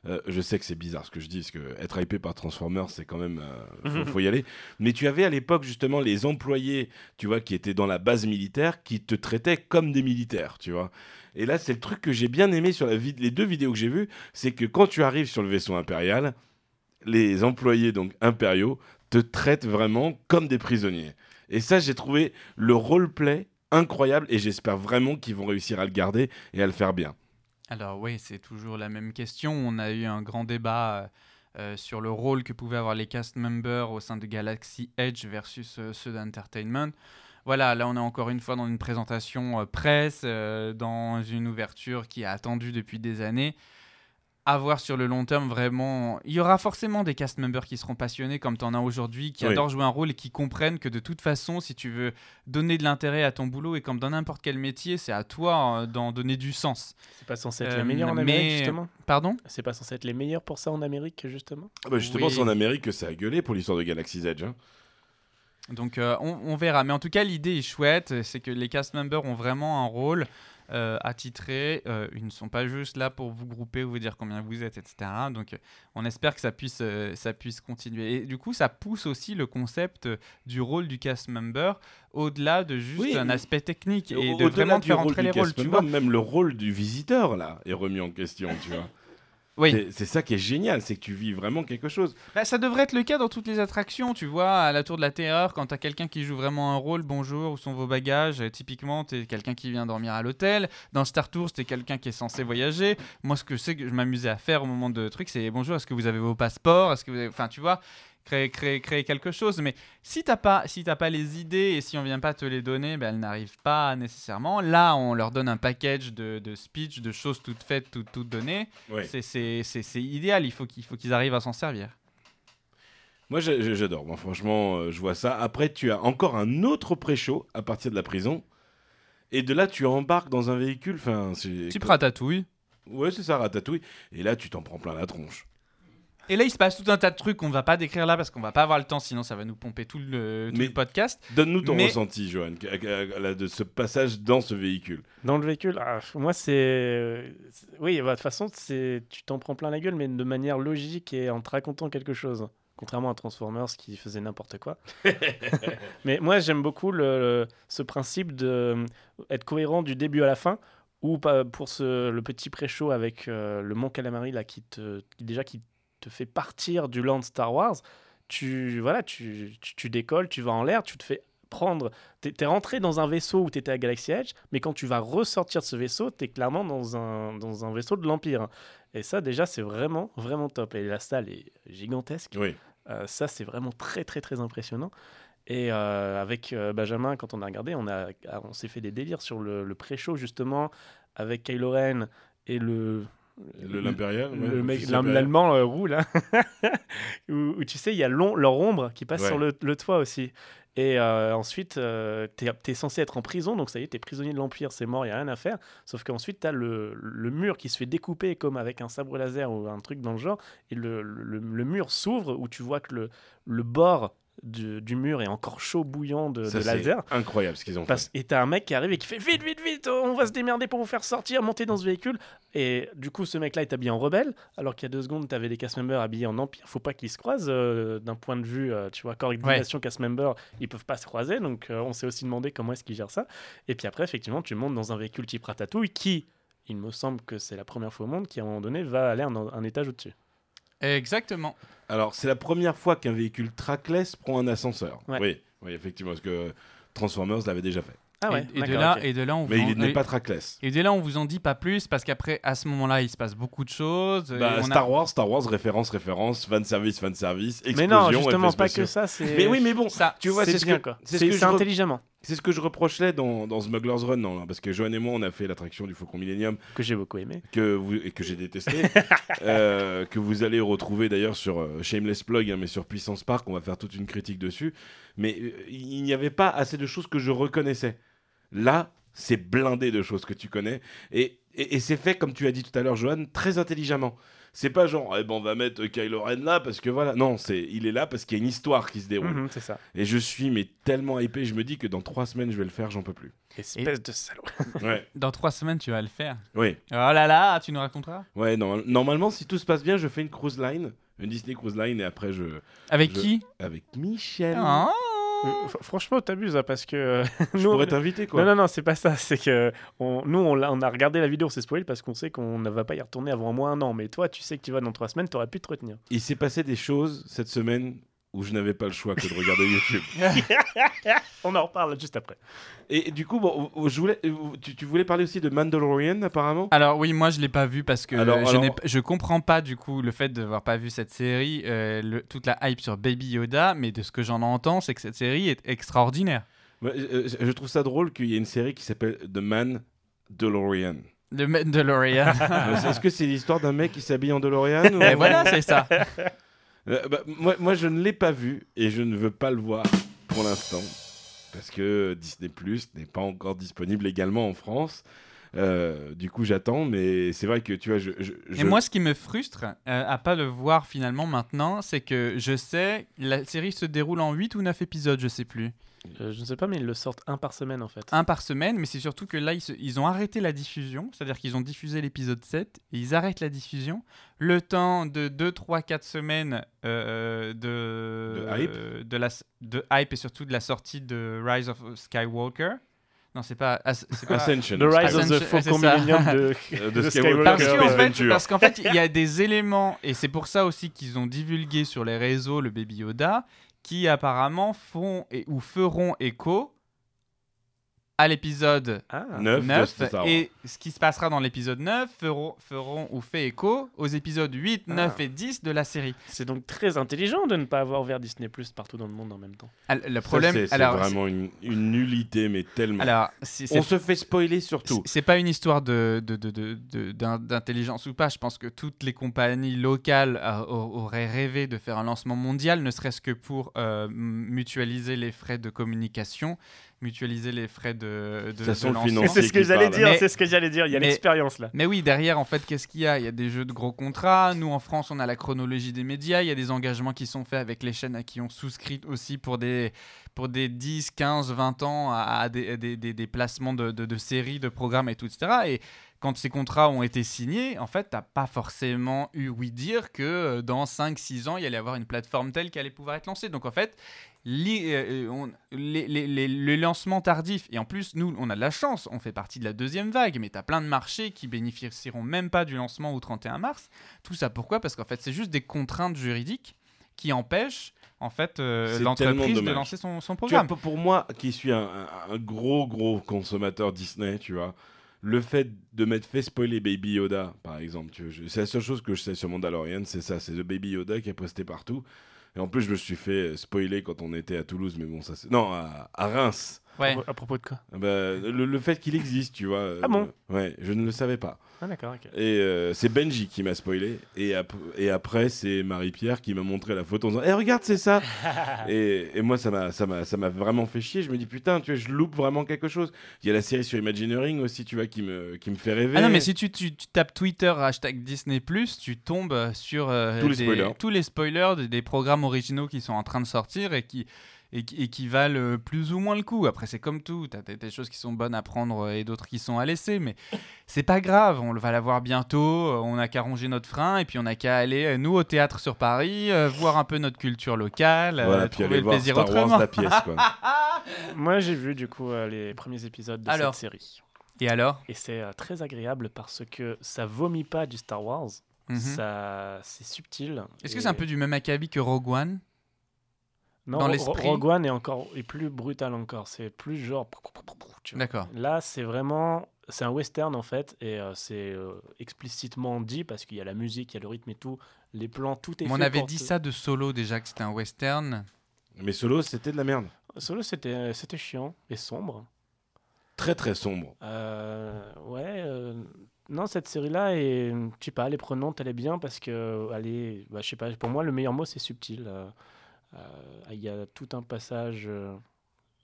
Speaker 2: Euh, je sais que c'est bizarre ce que je dis, parce que être hypé par Transformers, c'est quand même. euh, faut, faut y aller. Mais tu avais à l'époque justement les employés, tu vois, qui étaient dans la base militaire, qui te traitaient comme des militaires, tu vois. Et là, c'est le truc que j'ai bien aimé sur la vid- les deux vidéos que j'ai vues, c'est que quand tu arrives sur le vaisseau impérial, les employés donc impériaux te traitent vraiment comme des prisonniers. Et ça, j'ai trouvé le roleplay incroyable et j'espère vraiment qu'ils vont réussir à le garder et à le faire bien.
Speaker 3: Alors oui, c'est toujours la même question. On a eu un grand débat euh, euh, sur le rôle que pouvaient avoir les cast members au sein de Galaxy Edge versus euh, ceux d'Entertainment. Voilà, là on est encore une fois dans une présentation euh, presse, euh, dans une ouverture qui est attendue depuis des années. À voir sur le long terme, vraiment, il y aura forcément des cast members qui seront passionnés comme t'en as aujourd'hui, qui
Speaker 2: Oui.
Speaker 3: adorent jouer un rôle et qui comprennent que de toute façon, si tu veux donner de l'intérêt à ton boulot et comme dans n'importe quel métier, c'est à toi euh, d'en donner du sens.
Speaker 1: C'est pas censé être
Speaker 3: Euh,
Speaker 1: les meilleurs en
Speaker 3: mais-
Speaker 1: Amérique, justement
Speaker 3: Pardon
Speaker 1: C'est pas censé être les meilleurs pour ça en Amérique, justement
Speaker 2: bah justement,
Speaker 3: Oui.
Speaker 2: c'est en Amérique que ça a gueulé pour l'histoire de Galaxy's Edge. hein.
Speaker 3: Donc euh, on, on verra. Mais en tout cas, l'idée est chouette. euh, C'est que les cast members ont vraiment un rôle euh, attitré. Euh, ils ne sont pas juste là pour vous grouper, vous dire combien vous êtes, etc. Donc euh, on espère que ça puisse, euh, ça puisse continuer. Et du coup, ça pousse aussi le concept euh, du rôle du cast member au-delà de juste
Speaker 2: Oui,
Speaker 3: un
Speaker 2: mais-
Speaker 3: aspect technique et
Speaker 2: Au-
Speaker 3: de
Speaker 2: au-delà
Speaker 3: vraiment de
Speaker 2: du
Speaker 3: faire
Speaker 2: rôle
Speaker 3: entrer
Speaker 2: du
Speaker 3: les rôles.
Speaker 2: cast
Speaker 3: Tu
Speaker 2: member,
Speaker 3: vois
Speaker 2: même le rôle du visiteur là est remis en question, tu vois.
Speaker 3: Oui.
Speaker 2: C'est- C'est ça qui est génial, c'est que tu vis vraiment quelque chose.
Speaker 3: Bah, ça devrait être le cas dans toutes les attractions, tu vois, à la Tour de la Terreur, quand t'as quelqu'un qui joue vraiment un rôle, bonjour, où sont vos bagages Euh, Typiquement, t'es quelqu'un qui vient dormir à l'hôtel. Dans Star Tours, t'es quelqu'un qui est censé voyager. Moi, ce que c'est que je m'amusais à faire au moment de trucs, c'est bonjour, est-ce que vous avez vos passeports Est-ce que vous avez... Enfin, tu vois, créer, créer, créer quelque chose. Mais si t'as pas, si t'as pas les idées et si on vient pas te les donner, ben, elles n'arrivent pas nécessairement. Là, on leur donne un package de, de speech, de choses toutes faites, toutes, toutes données.
Speaker 2: Ouais.
Speaker 3: C'est- C'est c'est- c'est idéal, il faut qu'il faut qu'ils arrivent à s'en servir.
Speaker 2: Moi, je- je- j'adore. Moi, franchement, euh, je vois ça. Après, tu as encore un autre pré-show à partir de la prison. Et de là, tu embarques dans un véhicule. Enfin, c'est.
Speaker 3: Type ratatouille.
Speaker 2: Ouais, c'est ça, ratatouille. Et là, tu t'en prends plein la tronche.
Speaker 3: Et là, il se passe tout un tas de trucs qu'on va pas décrire là parce qu'on va pas avoir le temps, sinon ça va nous pomper tout le, tout
Speaker 2: Mais-
Speaker 3: le podcast.
Speaker 2: Donne-nous ton
Speaker 3: Mais-
Speaker 2: ressenti, Johan, à- à- à- de ce passage dans ce véhicule.
Speaker 1: Dans le véhicule, ah, moi, c'est. c'est- Oui, bah, de toute façon, c'est... tu t'en prends plein la gueule, mais de manière logique et en te racontant quelque chose. Contrairement à Transformers qui faisait n'importe quoi. mais moi, j'aime beaucoup le, le- ce principe de euh, être cohérent du début à la fin. Ou pas- pour ce, le petit pré-show avec euh, le Mont Calamari, là, qui te, qui- déjà qui te fait partir du land Star Wars, tu, voilà, tu, tu, tu décolles, tu vas en l'air, tu te fais prendre T'es t'es rentré dans un vaisseau où t'étais à Galaxy Edge, mais quand tu vas ressortir de ce vaisseau, t'es clairement dans un, dans un vaisseau de l'Empire. Et ça, déjà, c'est vraiment, vraiment top. Et la salle est gigantesque.
Speaker 2: Oui.
Speaker 1: Euh, ça, c'est vraiment très, très, très impressionnant. Et euh, avec euh, Benjamin, quand on a regardé, on, a, ah, on s'est fait des délires sur le, le pré-show, justement, avec Kylo Ren et le...
Speaker 2: Le- L'impérial. ouais,
Speaker 1: le mec-
Speaker 2: fils
Speaker 1: l'Allem-
Speaker 2: impérial.
Speaker 1: l'allemand euh, roux là, où, où, tu sais, il y a l'om- leur ombre qui passe
Speaker 2: Ouais.
Speaker 1: sur le, le toit aussi. Et euh, ensuite, euh, t'es es censé être en prison, donc ça y est, t'es prisonnier de l'Empire, c'est mort, il a rien à faire. Sauf qu'ensuite, t'as le, le mur qui se fait découper comme avec un sabre laser ou un truc dans le genre, et le, le- le mur s'ouvre où tu vois que le, le bord du, du mur est encore chaud, bouillant de,
Speaker 2: Ça,
Speaker 1: de
Speaker 2: c'est
Speaker 1: laser.
Speaker 2: Incroyable ce qu'ils ont
Speaker 1: Parce- et t'as un mec qui arrive et qui fait vite, vite, vite, on va se démerder pour vous faire sortir, monter dans ce véhicule. Et du coup, ce mec-là est habillé en rebelle, alors qu'il y a deux secondes, t'avais des cast members habillés en empire. Faut pas qu'ils se croisent euh, d'un point de vue, euh, tu vois, coordination cast member, ils peuvent pas se croiser. Donc, euh, on s'est aussi demandé comment est-ce qu'ils gèrent ça. Et puis après, effectivement, tu montes dans un véhicule type ratatouille qui, il me semble que c'est la première fois au monde, qui à un moment donné va aller un, un étage au-dessus.
Speaker 3: Exactement.
Speaker 2: fait. Alors, c'est la première fois qu'un véhicule trackless prend un ascenseur.
Speaker 1: Ouais.
Speaker 2: Oui. oui, effectivement, parce que Transformers l'avait déjà fait.
Speaker 1: Ah ouais,
Speaker 3: et, et de
Speaker 1: d'accord,
Speaker 3: là,
Speaker 1: ok.
Speaker 3: et de là, on
Speaker 2: Mais
Speaker 3: vous en-
Speaker 2: il n'est
Speaker 3: et-
Speaker 2: pas trackless.
Speaker 3: et dès là, on vous en dit pas plus parce qu'après, à ce moment-là, il se passe beaucoup de choses. et
Speaker 2: Bah,
Speaker 3: Euh, on a-
Speaker 2: Star Wars, Star Wars, référence, référence, fan service, fan service, explosion,
Speaker 1: Mais non,
Speaker 2: effets
Speaker 1: justement, pas
Speaker 2: spéciaux.
Speaker 1: que ça, c'est.
Speaker 2: Mais oui, mais bon,
Speaker 3: Ça,
Speaker 2: tu vois, c'est ce
Speaker 1: bien,
Speaker 2: que-
Speaker 1: quoi.
Speaker 2: c'est ce
Speaker 1: C'est
Speaker 2: que je
Speaker 1: c'est
Speaker 2: re-
Speaker 1: intelligemment
Speaker 2: c'est ce que je reprochais dans, dans Smuggler's Run, non, là, parce que Johan et moi, on a fait l'attraction du Faucon Millenium
Speaker 1: que j'ai beaucoup aimé.
Speaker 2: que vous, et que j'ai détesté, euh, que vous allez retrouver d'ailleurs sur euh, Shameless Plug, hein, mais sur Puissance Park, on va faire toute une critique dessus. Mais euh, il n'y avait pas assez de choses que je reconnaissais. Là, c'est blindé de choses que tu connais. Et, et- et c'est fait, comme tu as dit tout à l'heure, Johan, très intelligemment. C'est pas genre, eh ben, on va mettre Kylo Ren là parce que voilà. Non, c'est il est là parce qu'il y a une histoire qui se déroule.
Speaker 1: Mhm, c'est ça.
Speaker 2: Et je suis mais tellement épais, je me dis que dans trois semaines, je vais le faire, j'en peux plus.
Speaker 1: Espèce de salaud.
Speaker 2: Ouais.
Speaker 3: Dans trois semaines, tu vas le faire.
Speaker 2: Oui.
Speaker 3: Oh là là, tu nous raconteras
Speaker 2: Ouais, normal- normalement, si tout se passe bien, je fais une cruise line, une Disney cruise line, et après, je.
Speaker 3: Avec
Speaker 2: Je-
Speaker 3: qui
Speaker 2: Avec Michel.
Speaker 3: Ah.
Speaker 1: Euh, fr- Franchement, t'abuses hein, parce que euh,
Speaker 2: Je
Speaker 1: nous,
Speaker 2: pourrais t'inviter, quoi.
Speaker 1: non, non, non, c'est pas ça. C'est que on, nous, on, l'a- on a regardé la vidéo, on s'est spoilé parce qu'on sait qu'on ne va pas y retourner avant au moins un an. Mais toi, tu sais que tu vas dans trois semaines, t'aurais pu te retenir.
Speaker 2: Il s'est passé des choses cette semaine où je n'avais pas le choix que de regarder YouTube.
Speaker 1: On en reparle juste après.
Speaker 2: Et du coup, bon, je voulais, tu, tu voulais parler aussi de Mandalorian, apparemment
Speaker 1: Ah.
Speaker 3: Alors oui, moi je l'ai pas vu parce que
Speaker 2: Alors,
Speaker 3: je,
Speaker 2: alors-
Speaker 3: n'ai p- je comprends pas du coup le fait d'avoir pas vu cette série, euh, le- toute la hype sur Baby Yoda, mais de ce que j'en entends, c'est que cette série est extraordinaire.
Speaker 2: Ouais, euh, Je trouve ça drôle qu'il y ait une série qui s'appelle The Man DeLorean.
Speaker 3: Le Mandalorian.
Speaker 2: Euh, Est-ce que c'est l'histoire d'un mec qui s'habille en DeLorean ou-
Speaker 1: Eh,
Speaker 3: Et voilà, c'est ça.
Speaker 2: Euh, bah, moi, moi, je ne l'ai pas vu et je ne veux pas le voir pour l'instant parce que Disney Plus n'est pas encore disponible également en France. Euh, du coup, j'attends, mais c'est vrai que tu vois, je. je-
Speaker 3: Et
Speaker 2: je-
Speaker 3: moi, ce qui me frustre euh, à pas le voir finalement maintenant, c'est que je sais, la série se déroule en 8 ou 9 épisodes, je sais plus.
Speaker 1: Euh, je ne sais pas, mais ils le sortent un par semaine en fait.
Speaker 3: Un par semaine, mais c'est surtout que là, ils, se- ils ont arrêté la diffusion, c'est-à-dire qu'ils ont diffusé l'épisode 7, et ils arrêtent la diffusion. Le temps de 2, 3, 4 semaines euh, de,
Speaker 2: De hype.
Speaker 3: euh, de la, s- de hype et surtout de la sortie de Rise of Skywalker. Non, c'est pas. As- c'est pas-
Speaker 2: Ascension.
Speaker 1: The Rise of
Speaker 3: Ascension,
Speaker 1: the
Speaker 3: ouais, c'est
Speaker 1: Four
Speaker 3: ça.
Speaker 1: Millennium de,
Speaker 2: Euh, de
Speaker 1: de
Speaker 2: Skywalker.
Speaker 1: Skywalker.
Speaker 3: Parce
Speaker 2: Walker,
Speaker 3: qu'en
Speaker 2: Space
Speaker 3: fait,
Speaker 2: Venture.
Speaker 3: parce qu'en fait, il y a des éléments, et c'est pour ça aussi qu'ils ont divulgué sur les réseaux le Baby Yoda, qui apparemment font et, ou feront écho à l'épisode
Speaker 1: Ah.
Speaker 2: Neuf de
Speaker 3: 9,
Speaker 2: Star Wars.
Speaker 3: et ce qui se passera dans l'épisode 9 feront, feront ou fait écho aux épisodes 8, 9
Speaker 1: Ah.
Speaker 3: et 10 de la série.
Speaker 1: C'est donc très intelligent de ne pas avoir ouvert Disney Plus partout dans le monde en même temps.
Speaker 3: Al- Ah, Le
Speaker 2: Ça,
Speaker 3: problème,
Speaker 2: c'est- c'est
Speaker 3: alors,
Speaker 2: vraiment une, une nullité, mais tellement.
Speaker 3: alors c'est- c'est
Speaker 4: On se fait spoiler surtout.
Speaker 3: C'est c'est pas une histoire de, de- de- de- de- d'in- d'intelligence ou pas. Je pense que toutes les compagnies locales euh, au- auraient rêvé de faire un lancement mondial, ne serait-ce que pour euh, m- mutualiser les frais de communication, mutualiser les frais de, de,
Speaker 2: Ça
Speaker 3: de
Speaker 2: sent le
Speaker 3: lancement.
Speaker 2: financier.
Speaker 1: c'est ce que
Speaker 2: qui
Speaker 1: j'allais
Speaker 2: parle.
Speaker 1: dire,
Speaker 3: Mais-
Speaker 1: c'est ce que j'allais dire. Il y a
Speaker 3: mais-
Speaker 1: l'expérience là.
Speaker 3: Mais oui, derrière, en fait, qu'est-ce qu'il y a Il y a des jeux de gros contrats. Nous, en France, on a la chronologie des médias. Il y a des engagements qui sont faits avec les chaînes à qui on souscrit aussi pour des, pour des 10, 15, 20 ans à, à des, à des- des- des placements de, de- de séries, de programmes et tout, etc. Et quand ces contrats ont été signés, en fait, t'as pas forcément eu oui dire que euh, dans 5, 6 ans, il y allait avoir une plateforme telle qui allait pouvoir être lancée. Donc, en fait, li- euh, euh, on- les, les- les- le lancement tardif, et en plus, nous, on a de la chance, on fait partie de la deuxième vague, mais tu as plein de marchés qui bénéficieront même pas du lancement au 31 mars. Tout ça pourquoi Parce qu'en fait, c'est juste des contraintes juridiques qui empêchent en fait, euh,
Speaker 2: C'est tellement
Speaker 3: l'entreprise de
Speaker 2: dommage.
Speaker 3: lancer son, son
Speaker 2: Tu vois,
Speaker 3: programme.
Speaker 2: pour- pour moi, qui suis un, un- un gros, gros consommateur Disney, tu vois, le fait de m'être fait spoiler Baby Yoda, par exemple, tu vois, je- c'est la seule chose que je sais sur Mandalorian, c'est ça, c'est le Baby Yoda qui est posté partout. Et en plus, je me suis fait euh, spoiler quand on était à Toulouse, mais bon, ça c'est. Non, à, à Reims.
Speaker 3: Ouais.
Speaker 1: À propos de quoi
Speaker 2: Ah bah, le, le fait qu'il existe, tu vois. euh,
Speaker 1: Ah bon
Speaker 2: Ouais, je ne le savais pas.
Speaker 1: Ah d'accord, ok.
Speaker 2: Et euh, c'est Benji qui m'a spoilé. Et, ap- et après, c'est Marie-Pierre qui m'a montré la photo en disant Eh, regarde, c'est ça et, et moi, ça m'a- ça m'a ça m'a vraiment fait chier. Je me dis Putain, tu vois, je loupe vraiment quelque chose. Il y a la série sur Imagineering aussi, tu vois, qui me, qui me fait rêver.
Speaker 3: Ah non, mais si tu, tu- tu tapes Twitter hashtag Disney, tu tombes sur euh,
Speaker 2: Tous les
Speaker 3: des-
Speaker 2: spoilers.
Speaker 3: tous les spoilers des, des programmes originaux qui sont en train de sortir et qui, et, qui- et qui valent euh, plus ou moins le coup. Après, c'est comme tout, tu as des, des choses qui sont bonnes à prendre euh, et d'autres qui sont à laisser, mais c'est pas grave, on le va la voir bientôt, euh, on n'a qu'à ronger notre frein et puis on n'a qu'à aller, euh, nous, au théâtre sur Paris, euh, voir un peu notre culture locale, euh,
Speaker 2: Voilà, puis
Speaker 3: trouver
Speaker 2: aller
Speaker 3: le
Speaker 2: voir
Speaker 3: plaisir
Speaker 2: Star
Speaker 3: autrement.
Speaker 2: Wars, la pièce, quoi.
Speaker 1: Moi j'ai vu du coup euh, les premiers épisodes de
Speaker 3: Alors.
Speaker 1: cette série.
Speaker 3: Et alors
Speaker 1: Et c'est euh, très agréable parce que ça vomit pas du Star Wars.
Speaker 3: Mhm.
Speaker 1: Ça, c'est subtil.
Speaker 3: Est-ce
Speaker 1: et-
Speaker 3: que c'est un peu du même acabit que Rogue One
Speaker 1: non,
Speaker 3: dans
Speaker 1: Ro-
Speaker 3: l'esprit
Speaker 1: Rogue One est encore est plus brutal encore. C'est plus genre. tu vois.
Speaker 3: D'accord.
Speaker 1: Là, c'est vraiment. C'est un western en fait, et euh, c'est euh, explicitement dit parce qu'il y a la musique, il y a le rythme et tout, les plans, tout est
Speaker 3: Mais on
Speaker 1: fait
Speaker 3: avait
Speaker 1: pour
Speaker 3: dit
Speaker 1: te-
Speaker 3: ça de Solo déjà, que c'était un western.
Speaker 2: Mais Solo, c'était de la merde.
Speaker 1: Solo, c'était c'était chiant et sombre.
Speaker 2: Très, très sombre.
Speaker 1: Euh, ouais. euh, Non, cette série-là, est, je sais pas, elle est prenante, elle est bien parce que, elle est, bah, je sais pas, pour moi, le meilleur mot, c'est subtil. Euh, euh, Il y a tout un passage euh,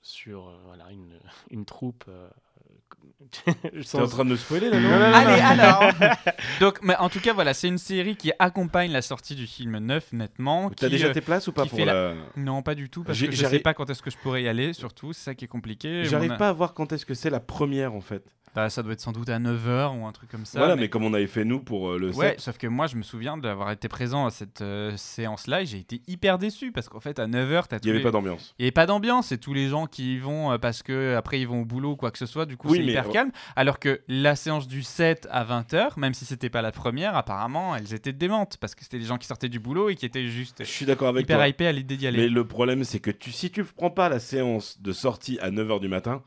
Speaker 1: sur euh, voilà, une, une troupe. euh,
Speaker 2: T'es
Speaker 1: sans-
Speaker 2: en train de me spoiler, là, non
Speaker 1: Non, non, non,
Speaker 3: Allez, alors Donc, mais en tout cas, voilà, c'est une série qui accompagne la sortie du film neuf, nettement.
Speaker 2: T'as
Speaker 3: qui,
Speaker 2: déjà
Speaker 3: euh,
Speaker 2: tes places ou pas
Speaker 3: qui
Speaker 2: pour
Speaker 3: fait
Speaker 2: la...
Speaker 3: Non, pas du tout, parce
Speaker 2: J'ai-
Speaker 3: que je
Speaker 2: j'arrive-
Speaker 3: sais pas quand est-ce que je pourrais y aller, surtout, c'est ça qui est compliqué. On
Speaker 2: J'arrive
Speaker 3: a-
Speaker 2: pas à voir quand est-ce que c'est la première, en fait.
Speaker 3: Bah, ça doit être sans doute à 9h ou un truc comme ça.
Speaker 2: voilà, mais...
Speaker 3: mais-
Speaker 2: comme on avait fait, nous, pour euh, le
Speaker 3: Ouais,
Speaker 2: 7,
Speaker 3: sauf que moi, je me souviens d'avoir été présent à cette euh, séance-là et j'ai été hyper déçu, parce qu'en fait, à 9h, t'as
Speaker 2: il n'y avait
Speaker 3: tous les-
Speaker 2: pas d'ambiance.
Speaker 3: Il n'y avait pas d'ambiance et tous les gens qui y vont euh, parce que après ils vont au boulot ou quoi que ce soit, du coup
Speaker 2: Oui,
Speaker 3: c'est
Speaker 2: mais-
Speaker 3: hyper calme. Alors que la séance du 7 à 20h, même si c'était pas la première, apparemment elles étaient démentes parce que c'était des gens qui sortaient du boulot et qui étaient juste
Speaker 2: Je suis d'accord avec
Speaker 3: hyper
Speaker 2: toi.
Speaker 3: hypés à l'idée d'y aller.
Speaker 2: Mais le problème, c'est que tu, si tu ne prends pas la séance de sortie à 9h du matin,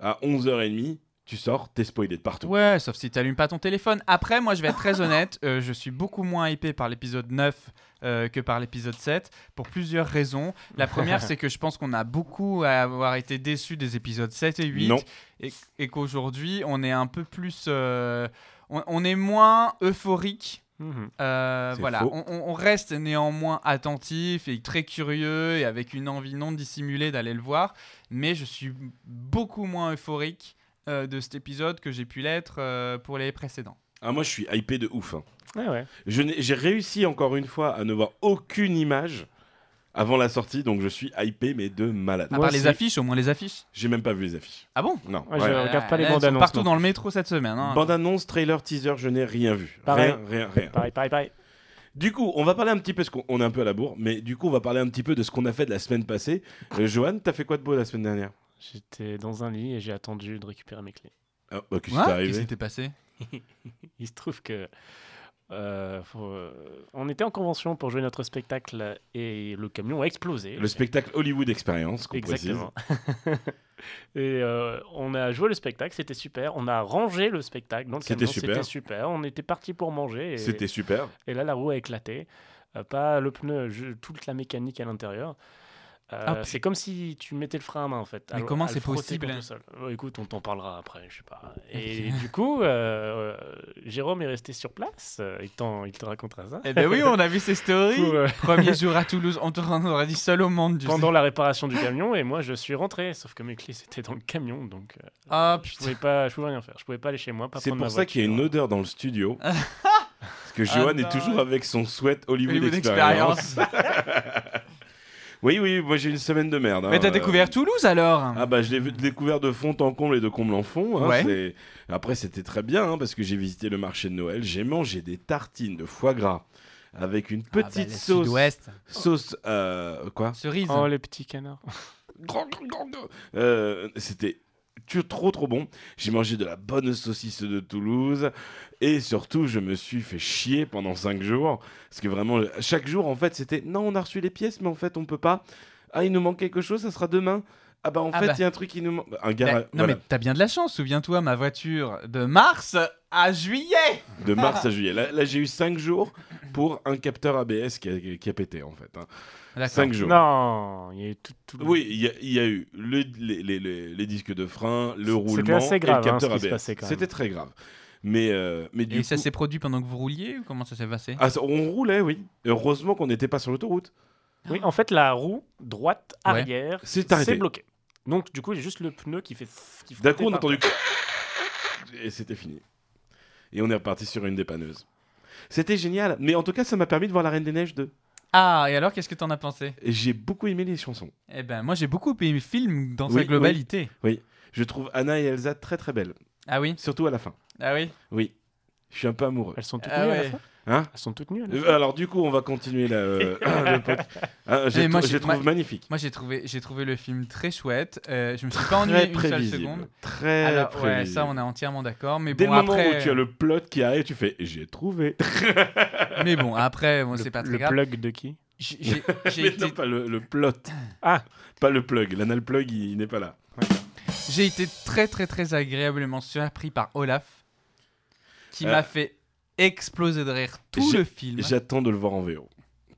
Speaker 2: à 11h30, tu sors, t'es spoilé de partout.
Speaker 3: Ouais, sauf si t'allumes pas ton téléphone. Après, moi, je vais être très honnête, euh, je suis beaucoup moins hypé par l'épisode 9 euh, que par l'épisode 7, pour plusieurs raisons. La première, c'est que je pense qu'on a beaucoup à avoir été déçus des épisodes 7 et 8,
Speaker 2: Non.
Speaker 3: et, et qu'aujourd'hui, on est un peu plus... euh, on, on est moins euphorique.
Speaker 1: Mhm.
Speaker 3: euh,
Speaker 2: C'est
Speaker 3: voilà,
Speaker 2: faux.
Speaker 3: on, on- on reste néanmoins attentif et très curieux et avec une envie non dissimulée d'aller le voir, mais je suis beaucoup moins euphorique euh, de cet épisode que j'ai pu l'être euh, pour les précédents.
Speaker 2: Ah, moi, je suis hypé de ouf. hein.
Speaker 1: Ouais, ouais.
Speaker 2: Je n'ai- J'ai réussi encore une fois à ne voir aucune image avant la sortie, donc je suis hypé, mais de malade.
Speaker 3: À
Speaker 1: Moi
Speaker 3: part les
Speaker 1: aussi.
Speaker 3: affiches, au moins les affiches.
Speaker 2: J'ai même pas vu les affiches.
Speaker 3: Ah bon
Speaker 2: Non.
Speaker 1: Ouais,
Speaker 2: ouais.
Speaker 1: je Euh, regarde pas les
Speaker 3: Là, elles sont
Speaker 1: bandes annonces.
Speaker 3: Partout dans le métro cette semaine. hein.
Speaker 2: Bande-annonce, trailer, teaser, je n'ai rien vu.
Speaker 1: Pareil.
Speaker 2: Rien, rien, rien.
Speaker 1: Pareil, pareil, pareil.
Speaker 2: Du coup, on va parler un petit peu, parce qu'on on est un peu à la bourre, mais du coup, on va parler un petit peu de ce qu'on a fait de la semaine passée. Euh, Johan, t'as fait quoi de beau la semaine dernière
Speaker 1: J'étais dans un lit et j'ai attendu de récupérer mes clés.
Speaker 2: Ah, bah, qu'est-ce qui
Speaker 3: Quoi
Speaker 2: t'est
Speaker 3: Qu'est-ce qui
Speaker 2: arrivé
Speaker 3: s'était passé
Speaker 1: Il se trouve que euh, faut- euh, on était en convention pour jouer notre spectacle et le camion a explosé.
Speaker 2: Le spectacle Hollywood Experience, qu'on précise.
Speaker 1: Exactement. et euh, on a joué le spectacle, c'était super. On a rangé le spectacle dans le
Speaker 2: C'était
Speaker 1: camion,
Speaker 2: super.
Speaker 1: C'était super. On était parti pour manger. Et...
Speaker 2: C'était super.
Speaker 1: Et là, la roue a éclaté. Euh, pas le pneu, je- toute la mécanique à l'intérieur. Euh,
Speaker 3: Ah,
Speaker 1: c'est comme si tu mettais le frein à main en fait.
Speaker 3: Mais
Speaker 1: À-
Speaker 3: comment
Speaker 1: à le
Speaker 3: c'est
Speaker 1: frotter
Speaker 3: possible, hein
Speaker 1: contre le sol. Oh, Écoute, on t'en parlera après, je sais pas. Et du coup, euh, euh, Jérôme est resté sur place. euh, il, t'en- il te racontera ça.
Speaker 3: Eh ben oui, on a vu ces stories.
Speaker 1: Pour, euh,
Speaker 3: Premier jour à Toulouse, on te on aurait dit seul au monde. Tu sais.
Speaker 1: pendant la réparation du camion, et moi je suis rentré, sauf que mes clés c'était dans le camion, donc euh,
Speaker 3: Ah
Speaker 1: je
Speaker 3: putain.
Speaker 1: pouvais pas, je pouvais rien faire. Je pouvais pas aller chez moi. pas
Speaker 2: C'est
Speaker 1: prendre ma
Speaker 2: pour ça qu'il y a une
Speaker 1: voiture.
Speaker 2: odeur dans le studio. Parce que
Speaker 3: Ah
Speaker 2: Johan
Speaker 3: non.
Speaker 2: est toujours avec son sweat Hollywood,
Speaker 3: Hollywood
Speaker 2: Experience.
Speaker 3: expérience.
Speaker 2: Oui, oui, moi j'ai une semaine de merde.
Speaker 3: Mais
Speaker 2: hein,
Speaker 3: t'as
Speaker 2: euh.
Speaker 3: découvert Toulouse alors
Speaker 2: Ah bah je l'ai vu- découvert de fond en comble et de comble en fond. hein,
Speaker 3: Ouais.
Speaker 2: c'est- Après c'était très bien hein, parce que j'ai visité le marché de Noël, j'ai mangé des tartines de foie gras avec
Speaker 3: Ah,
Speaker 2: une petite sauce,
Speaker 3: bah, Sud-Ouest.
Speaker 2: sauce euh, quoi
Speaker 3: Cerise.
Speaker 1: Oh les petits canards.
Speaker 2: Euh, C'était tu- trop trop bon. J'ai mangé de la bonne saucisse de Toulouse et surtout je me suis fait chier pendant 5 jours parce que vraiment chaque jour en fait c'était non on a reçu les pièces mais en fait on peut pas. Ah il nous manque quelque chose, ça sera demain. Ah bah en
Speaker 3: Ah
Speaker 2: fait il
Speaker 3: bah.
Speaker 2: y a un truc qui nous manque. Un
Speaker 3: Bah,
Speaker 2: gars
Speaker 3: non mais t'as bien de la chance, souviens-toi, ma voiture de mars à juillet
Speaker 2: De mars à juillet. Là, là, j'ai eu 5 jours pour un capteur ABS qui a, qui a pété, en fait. 5 jours.
Speaker 1: Non, il y a eu tout. tout-
Speaker 2: Oui, il y, a- il y a eu le- les, les- les- les disques de frein, le
Speaker 1: C'était
Speaker 2: roulement
Speaker 1: assez grave,
Speaker 2: et le
Speaker 1: hein,
Speaker 2: capteur
Speaker 1: ce qui se
Speaker 2: ABS.
Speaker 1: passait quand même.
Speaker 2: C'était très grave. Mais, euh, mais du
Speaker 3: Et ça
Speaker 2: coup-
Speaker 3: s'est produit pendant que vous rouliez ou comment ça s'est passé
Speaker 2: Ah, ça- on roulait, oui. Heureusement qu'on n'était pas sur l'autoroute.
Speaker 1: Oui, en fait, la roue droite
Speaker 3: Ouais.
Speaker 1: arrière,
Speaker 2: C'est arrêté.
Speaker 1: c'est bloqué. Donc, du coup, j'ai juste le pneu qui fait. qui
Speaker 2: D'un
Speaker 1: frottait
Speaker 2: coup, on a
Speaker 1: par-
Speaker 2: entendu... Et c'était fini. Et on est reparti sur une dépanneuse. C'était génial. Mais en tout cas, ça m'a permis de voir La Reine des Neiges 2.
Speaker 3: Ah, et alors qu'est-ce que t'en as pensé
Speaker 2: Et j'ai beaucoup aimé les chansons.
Speaker 3: Eh ben moi j'ai beaucoup aimé le film dans
Speaker 2: Oui,
Speaker 3: sa
Speaker 2: oui.
Speaker 3: globalité.
Speaker 2: Je trouve Anna et Elsa très très belles.
Speaker 3: Ah oui
Speaker 2: Surtout à la fin.
Speaker 3: Ah oui
Speaker 2: Oui, je suis un peu amoureux.
Speaker 1: Elles sont toutes
Speaker 3: Ah
Speaker 1: nues à la
Speaker 3: ouais.
Speaker 1: fin
Speaker 2: Hein
Speaker 1: Elles sont toutes nues. à la fin.
Speaker 2: Euh, Alors du coup, on va continuer la, euh, le podcast. Ah, je
Speaker 3: Mais moi,
Speaker 2: trou- je
Speaker 3: j'ai-
Speaker 2: les trouve
Speaker 3: moi-
Speaker 2: magnifiques.
Speaker 3: Moi j'ai trouvé, j'ai trouvé le film très chouette, Euh, je me suis pas ennuyé
Speaker 2: Très
Speaker 3: une seule seconde.
Speaker 2: prévisible. Très
Speaker 3: Alors, ouais,
Speaker 2: prévisible.
Speaker 3: ça on est entièrement d'accord, mais
Speaker 2: Dès
Speaker 3: bon
Speaker 2: le moment
Speaker 3: après... euh.
Speaker 2: où tu as le plot qui arrive, tu fais j'ai trouvé.
Speaker 3: Mais bon après, bon, c'est
Speaker 1: Le-
Speaker 3: pas très
Speaker 1: Le
Speaker 3: grave.
Speaker 1: plug de qui
Speaker 3: J'ai- J'ai j'ai
Speaker 2: Mais
Speaker 3: été,
Speaker 2: non, pas le, le plot.
Speaker 1: Ah.
Speaker 2: Pas le plug. L'anal plug, il, il n'est pas là.
Speaker 3: j'ai été très très très agréablement surpris par Olaf, qui
Speaker 2: Euh,
Speaker 3: m'a fait exploser de rire tout
Speaker 2: j'ai-
Speaker 3: le film.
Speaker 2: J'attends de le voir en VO.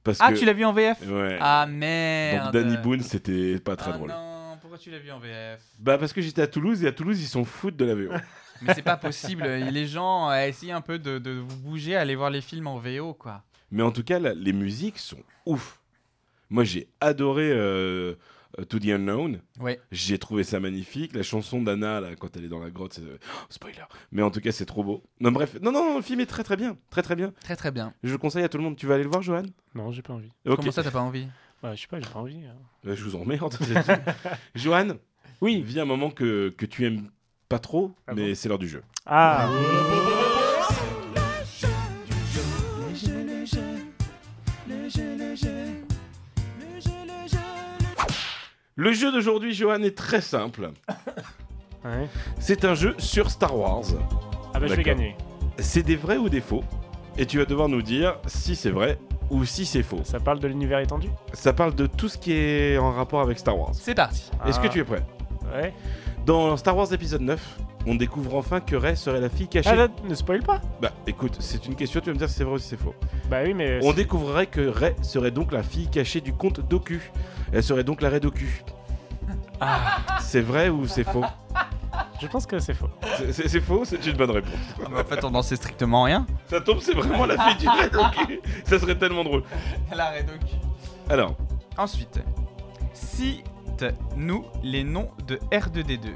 Speaker 2: Parce
Speaker 3: Ah
Speaker 2: que...
Speaker 3: tu l'as vu en VF
Speaker 2: Ouais.
Speaker 3: Ah
Speaker 2: Donc
Speaker 3: merde
Speaker 2: Danny Boone, c'était pas très
Speaker 3: ah,
Speaker 2: drôle.
Speaker 3: non, pourquoi tu l'as vu en VF
Speaker 2: Bah parce que j'étais à Toulouse et à Toulouse ils s'en foutent de la VO.
Speaker 3: Mais c'est pas possible, les gens, euh, essayez un peu de, de vous bouger, allez voir les films en VO quoi.
Speaker 2: Mais en tout cas, là, les musiques sont ouf. Moi, j'ai adoré euh, euh, To the Unknown.
Speaker 3: Ouais.
Speaker 2: J'ai trouvé ça magnifique. La chanson d'Anna, là, quand elle est dans la grotte, c'est. oh, spoiler Mais en tout cas, c'est trop beau. Non, bref. Non, non, non, le film est très, très bien. Très, très bien.
Speaker 3: Très très bien.
Speaker 2: Je le conseille à tout le monde. Tu vas aller le voir, Johan
Speaker 1: Non, j'ai pas envie.
Speaker 2: Ok.
Speaker 3: Comment ça t'as pas envie
Speaker 1: Ouais, je sais pas, j'ai pas envie. hein.
Speaker 2: Euh, je vous emmerde. c'est tout. Johan, il
Speaker 1: Oui.
Speaker 2: vient un moment que, que tu aimes pas trop,
Speaker 1: Ah
Speaker 2: mais c'est l'heure du jeu.
Speaker 1: Ah.
Speaker 2: Le jeu d'aujourd'hui, Johan, est très simple.
Speaker 1: ouais.
Speaker 2: C'est un jeu sur Star Wars.
Speaker 1: Ah bah je
Speaker 2: D'accord.
Speaker 1: vais gagner.
Speaker 2: C'est des vrais ou des faux. Et tu vas devoir nous dire si c'est vrai ou si c'est faux.
Speaker 1: Ça parle de l'univers étendu.
Speaker 2: Ça parle de tout ce qui est en rapport avec Star Wars.
Speaker 3: C'est parti.
Speaker 2: Est-ce que
Speaker 1: Ah.
Speaker 2: tu es prêt
Speaker 1: Ouais.
Speaker 2: Dans Star Wars épisode 9, on découvre enfin que Rey serait la fille cachée.
Speaker 1: Ah, là, ne spoil pas.
Speaker 2: Bah écoute, c'est une question, tu vas me dire si c'est vrai ou si c'est faux.
Speaker 1: Bah oui, mais
Speaker 2: On découvrirait que Rey serait donc la fille cachée du comte Doku. Elle serait donc la Rey Doku. C'est vrai ou c'est faux
Speaker 1: je pense que c'est faux.
Speaker 2: C'est- C'est c'est faux, c'est une bonne réponse.
Speaker 3: Ah, en fait, on n'en sait strictement rien.
Speaker 2: Ça tombe, c'est vraiment la fille du Rey Doku. Ça serait tellement drôle.
Speaker 3: La Redoc.
Speaker 2: Alors,
Speaker 3: Ensuite, cite-nous les noms de R2D2.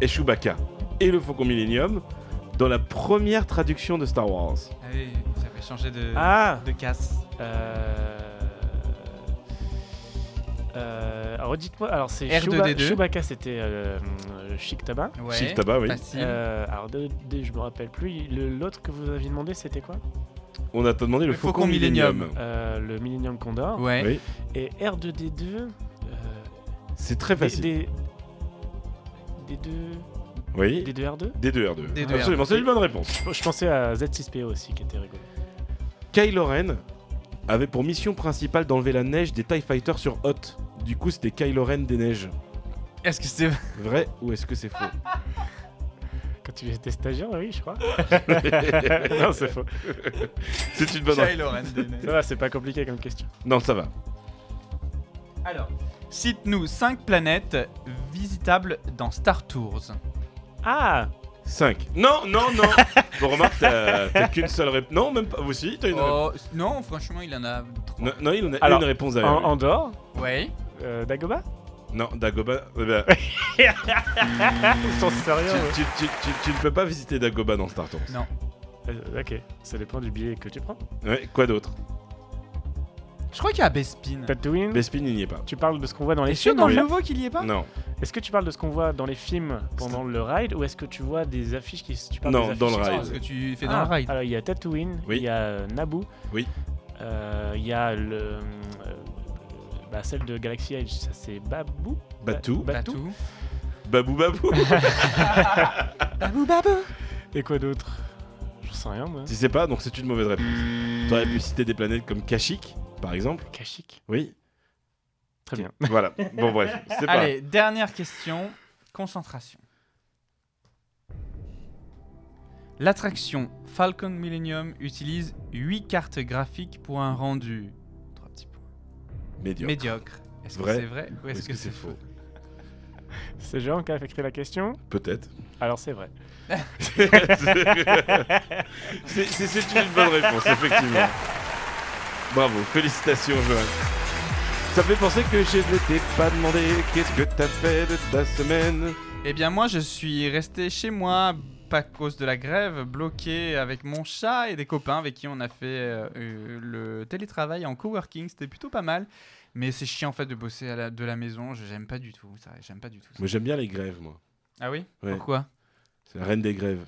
Speaker 2: et Chewbacca et le Faucon Millenium dans la première traduction de Star Wars.
Speaker 3: Allez, j'avais changé de,
Speaker 1: Ah.
Speaker 3: de casse.
Speaker 1: Euh... Euh... Alors dites-moi. Alors c'est
Speaker 3: R2D2.
Speaker 1: Chewba- Chewbacca, c'était euh, euh, Chic Tabac.
Speaker 3: Ouais.
Speaker 2: Chic tabac, oui.
Speaker 3: Facile.
Speaker 1: Euh, alors, de, de- je me rappelle plus. Le- L'autre que vous aviez demandé, c'était quoi
Speaker 2: On a demandé le,
Speaker 3: Le
Speaker 2: Faucon,
Speaker 3: Faucon Millenium.
Speaker 2: Millenium.
Speaker 1: Euh, Le Millennium Condor.
Speaker 3: Ouais.
Speaker 2: Oui.
Speaker 1: Et R2D2. euh,
Speaker 2: C'est très
Speaker 1: des-
Speaker 2: facile.
Speaker 1: des- D2,
Speaker 2: Oui.
Speaker 1: D2R2
Speaker 2: D2R2.
Speaker 3: D2R2.
Speaker 2: Absolument, c'est une bonne réponse.
Speaker 1: Je pensais à Z6PO aussi qui était rigolo.
Speaker 2: Kylo Ren avait pour mission principale d'enlever la neige des TIE Fighters sur Hoth. Du coup, c'était Kylo Ren des neiges.
Speaker 3: Est-ce que c'est
Speaker 2: Vrai ou est-ce que c'est faux
Speaker 1: Quand tu étais stagiaire, oui, je crois. non, c'est faux.
Speaker 2: C'est une bonne réponse.
Speaker 3: Kylo Ren des neiges
Speaker 1: Ça va, c'est pas compliqué comme question.
Speaker 2: Non, ça va.
Speaker 3: Alors, cite-nous 5 planètes visitables dans Star Tours.
Speaker 1: Ah
Speaker 2: 5. Non, non, non Bon, remarque, t'as t'as qu'une seule réponse. Non, même pas. Aussi, t'as une réponse.
Speaker 3: Oh, non, franchement, il en a trois.
Speaker 2: Non, non, il en a
Speaker 1: Alors,
Speaker 2: une réponse derrière.
Speaker 1: En
Speaker 2: lui.
Speaker 1: Andorre
Speaker 3: Ouais.
Speaker 1: euh, Dagoba
Speaker 2: Non, Dagoba. eh ben,
Speaker 1: Ils sont sérieux hein.
Speaker 2: tu, tu- tu- tu- tu ne peux pas visiter Dagoba dans Star Tours.
Speaker 3: Non.
Speaker 1: ouais. Euh, Ok, ça dépend du billet que tu prends.
Speaker 2: Ouais, quoi d'autre
Speaker 3: Je crois qu'il y a Bespin.
Speaker 1: Tatooine
Speaker 2: Bespin, il n'y est pas.
Speaker 1: Tu parles de ce qu'on voit dans les
Speaker 3: T'es sûr
Speaker 1: films
Speaker 3: dans
Speaker 1: oui.
Speaker 3: le nouveau qu'il y est pas
Speaker 2: Non,
Speaker 1: Est-ce que tu parles de ce qu'on voit dans les films pendant le ride ou est-ce que tu vois des affiches qui tu parles
Speaker 2: Non,
Speaker 1: des
Speaker 2: dans le
Speaker 1: affiches qui
Speaker 2: ride.
Speaker 3: Attends,
Speaker 1: sont-
Speaker 3: Est-ce que tu fais dans
Speaker 1: Ah,
Speaker 3: le ride
Speaker 1: Alors il y a Tatooine,
Speaker 2: Oui.
Speaker 1: il y a euh, Naboo,
Speaker 2: Oui.
Speaker 1: Euh, il y a le, euh, bah, celle de Galaxy Edge, ça c'est Babou.
Speaker 3: Bah,
Speaker 2: Batou,
Speaker 1: Ba- Batou.
Speaker 3: Batou.
Speaker 2: Babou Babou.
Speaker 3: Babou Babou.
Speaker 1: Et quoi d'autre J'en sais rien moi.
Speaker 2: tu sais pas, donc c'est une mauvaise réponse. T'aurais pu citer des planètes comme Kashyyyk, par exemple.
Speaker 1: Kashyyyk.
Speaker 2: Oui.
Speaker 1: Très bien.
Speaker 2: Voilà. Bon, bref, c'est pas.
Speaker 3: Allez, dernière question. Concentration. L'attraction Falcon Millennium utilise 8 cartes graphiques pour un rendu trois petits points,
Speaker 2: Médiocre.
Speaker 3: médiocre. Est-ce que
Speaker 2: Vrai
Speaker 3: c'est vrai ou
Speaker 2: Ou
Speaker 3: est-ce que, c'est faux
Speaker 1: C'est Jean qui a écrit la question.
Speaker 2: Peut-être.
Speaker 1: Alors c'est vrai.
Speaker 2: c'est c'est- c'est une bonne réponse, effectivement. Bravo, félicitations, Joël. Ça fait penser que je ne t'ai pas demandé qu'est-ce que t'as fait de ta semaine.
Speaker 3: Eh bien moi je suis resté chez moi pas à cause de la grève, bloqué avec mon chat et des copains avec qui on a fait euh, euh, le télétravail en coworking, c'était plutôt pas mal. Mais c'est chiant en fait de bosser à la- de la maison, je- j'aime pas du tout ça, j'aime pas du tout ça.
Speaker 2: Moi, j'aime bien les grèves, moi.
Speaker 3: Ah oui
Speaker 2: Ouais.
Speaker 3: Pourquoi
Speaker 2: C'est la reine des grèves.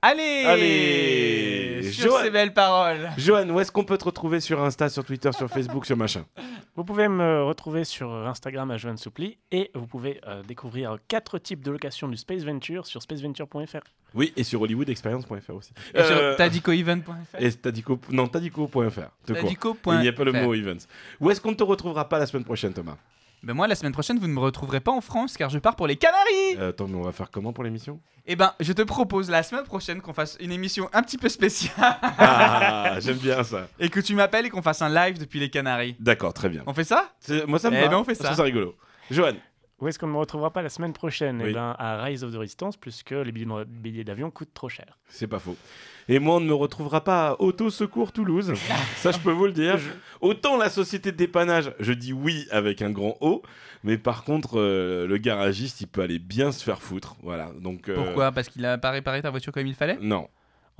Speaker 3: Allez
Speaker 2: Allez
Speaker 3: Sur
Speaker 2: Johan-
Speaker 3: ces belles paroles
Speaker 2: Johan, où est-ce qu'on peut te retrouver sur Insta, sur Twitter, sur Facebook, sur machin
Speaker 1: Vous pouvez me retrouver sur euh, Instagram à Joanne Soupli et vous pouvez euh, découvrir quatre types de location du Space Venture sur spaceventure.fr.
Speaker 2: Oui, et sur hollywoodexperience.fr aussi.
Speaker 3: Et sur
Speaker 2: Euh,
Speaker 3: tadicoevent.fr
Speaker 2: Et tadico... Non, tadico.fr. De quoi
Speaker 3: tadico.fr.
Speaker 2: Il n'y a pas le mot events. Où est-ce qu'on ne te retrouvera pas la semaine prochaine, Thomas
Speaker 3: Ben moi la semaine prochaine vous ne me retrouverez pas en France car je pars pour les Canaries
Speaker 2: Euh, Attends, mais on va faire comment pour l'émission
Speaker 3: Eh ben je te propose la semaine prochaine qu'on fasse une émission un petit peu spéciale
Speaker 2: Ah, j'aime bien ça.
Speaker 3: et que tu m'appelles et qu'on fasse un live depuis les Canaries.
Speaker 2: D'accord, très bien.
Speaker 3: On fait ça
Speaker 2: C'est- Moi, ça me
Speaker 3: Eh
Speaker 2: va.
Speaker 3: ben, on fait ça.
Speaker 2: C'est rigolo. Johan,
Speaker 1: Où est-ce qu'on ne me retrouvera pas la semaine prochaine
Speaker 2: Oui.
Speaker 1: Eh ben, à Rise of the Resistance, puisque les billets- billets d'avion coûtent trop cher.
Speaker 2: c'est pas faux. Et moi, on ne me retrouvera pas à Auto-Secours Toulouse. ça, je peux vous le dire. Autant la société de dépannage, je dis oui avec un grand O, mais par contre, euh, le garagiste, il peut aller bien se faire foutre. Voilà. Donc, euh,
Speaker 3: Pourquoi Parce qu'il a pas réparé ta voiture comme il fallait
Speaker 2: Non.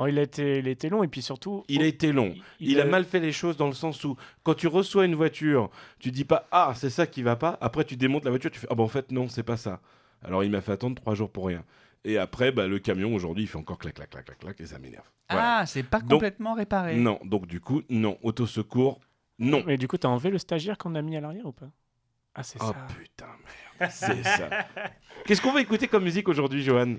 Speaker 1: Oh, il, a été, il a été long et puis surtout. oh,
Speaker 2: Il a été long. Il, a
Speaker 1: euh,
Speaker 2: mal fait les choses dans le sens où quand tu reçois une voiture, tu dis pas ah c'est ça qui va pas. Après tu démontes la voiture, tu fais ah bah en fait non c'est pas ça. Alors il m'a fait attendre trois jours pour rien. Et après bah, le camion aujourd'hui il fait encore clac clac clac clac clac et ça m'énerve. Voilà.
Speaker 3: Ah, c'est pas
Speaker 2: Donc-
Speaker 3: complètement réparé.
Speaker 2: Non donc du coup non autosecours non.
Speaker 1: Mais du coup, t'as enlevé le stagiaire qu'on a mis à l'arrière ou pas Ah, c'est
Speaker 2: Oh
Speaker 1: ça.
Speaker 2: putain merde c'est ça. Qu'est-ce qu'on va écouter comme musique aujourd'hui Johan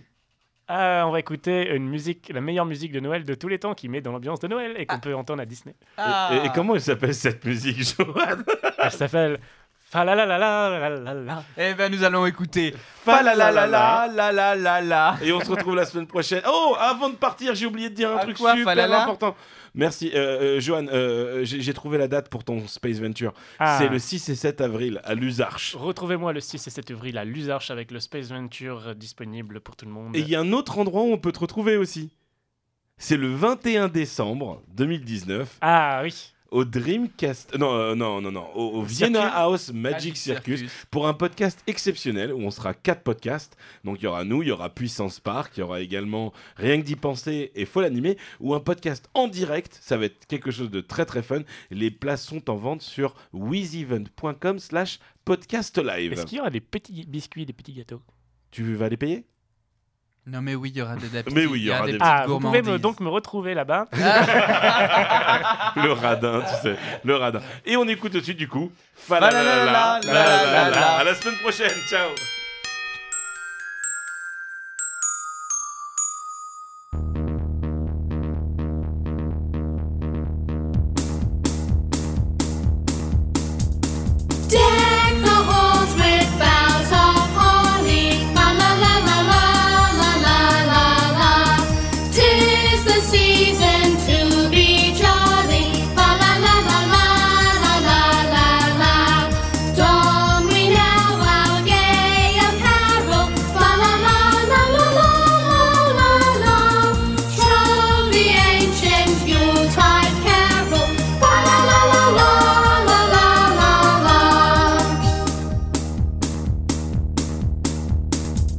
Speaker 1: Ah, on va écouter une musique, la meilleure musique de Noël de tous les temps qui met dans l'ambiance de Noël et qu'on peut entendre à Disney.
Speaker 3: Ah.
Speaker 2: et, et- et comment elle s'appelle cette musique Johan
Speaker 1: Elle s'appelle. Falalalalalalalala.
Speaker 3: Eh ben nous allons écouter.
Speaker 2: Fa
Speaker 3: Fa
Speaker 2: la
Speaker 3: la
Speaker 2: la
Speaker 3: la
Speaker 2: la la,
Speaker 3: la la la la la
Speaker 2: Et on se retrouve la semaine prochaine. Oh, avant de partir, j'ai oublié de dire un
Speaker 3: À
Speaker 2: truc
Speaker 3: quoi,
Speaker 2: super
Speaker 3: Falala
Speaker 2: important. Merci, euh, euh, Johan. euh, j'ai j'ai trouvé la date pour ton Space Venture.
Speaker 1: Ah.
Speaker 2: C'est le 6 et 7 avril à Lusarche.
Speaker 1: Retrouvez-moi le 6 et 7 avril à Lusarche avec le Space Venture euh, disponible pour tout le monde.
Speaker 2: Et il y a un autre endroit où on peut te retrouver aussi. C'est le 21 décembre 2019
Speaker 1: Ah oui,
Speaker 2: au Dreamcast. Non, euh, non, non, non. Au, au
Speaker 1: Circuit.
Speaker 2: Vienna House Magic Circus. pour un podcast exceptionnel où on sera quatre podcasts. Donc il y aura nous, il y aura Puissance Park, il y aura également Rien que d'y penser et Faut l'animer, ou un podcast en direct. Ça va être quelque chose de très très fun. Les places sont en vente sur wizevent.com slash podcast live.
Speaker 1: est-ce qu'il y aura des petits biscuits, des petits gâteaux
Speaker 2: Tu vas les payer
Speaker 3: Non mais oui, il y aura des des
Speaker 2: Mais oui, il y aura
Speaker 3: des
Speaker 2: des-
Speaker 3: petites
Speaker 1: Ah, vous pouvez me-
Speaker 3: gourmandises.
Speaker 1: donc me retrouver là-bas.
Speaker 2: Le radin, tu sais, le radin. Et on écoute tout de suite du coup. Fa la la la la, la la la la. À la semaine prochaine, ciao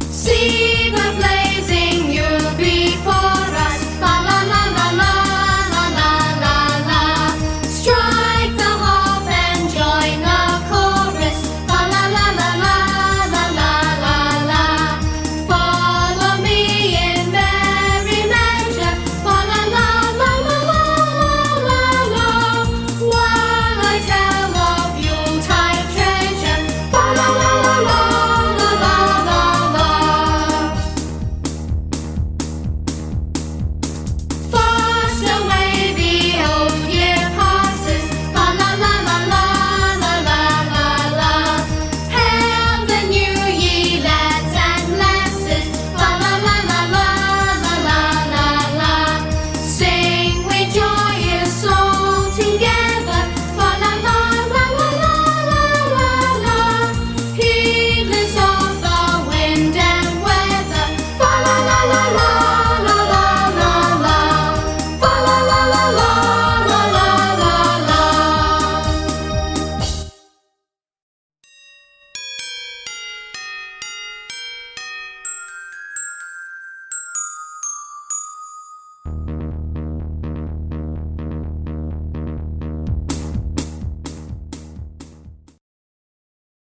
Speaker 5: see my flame.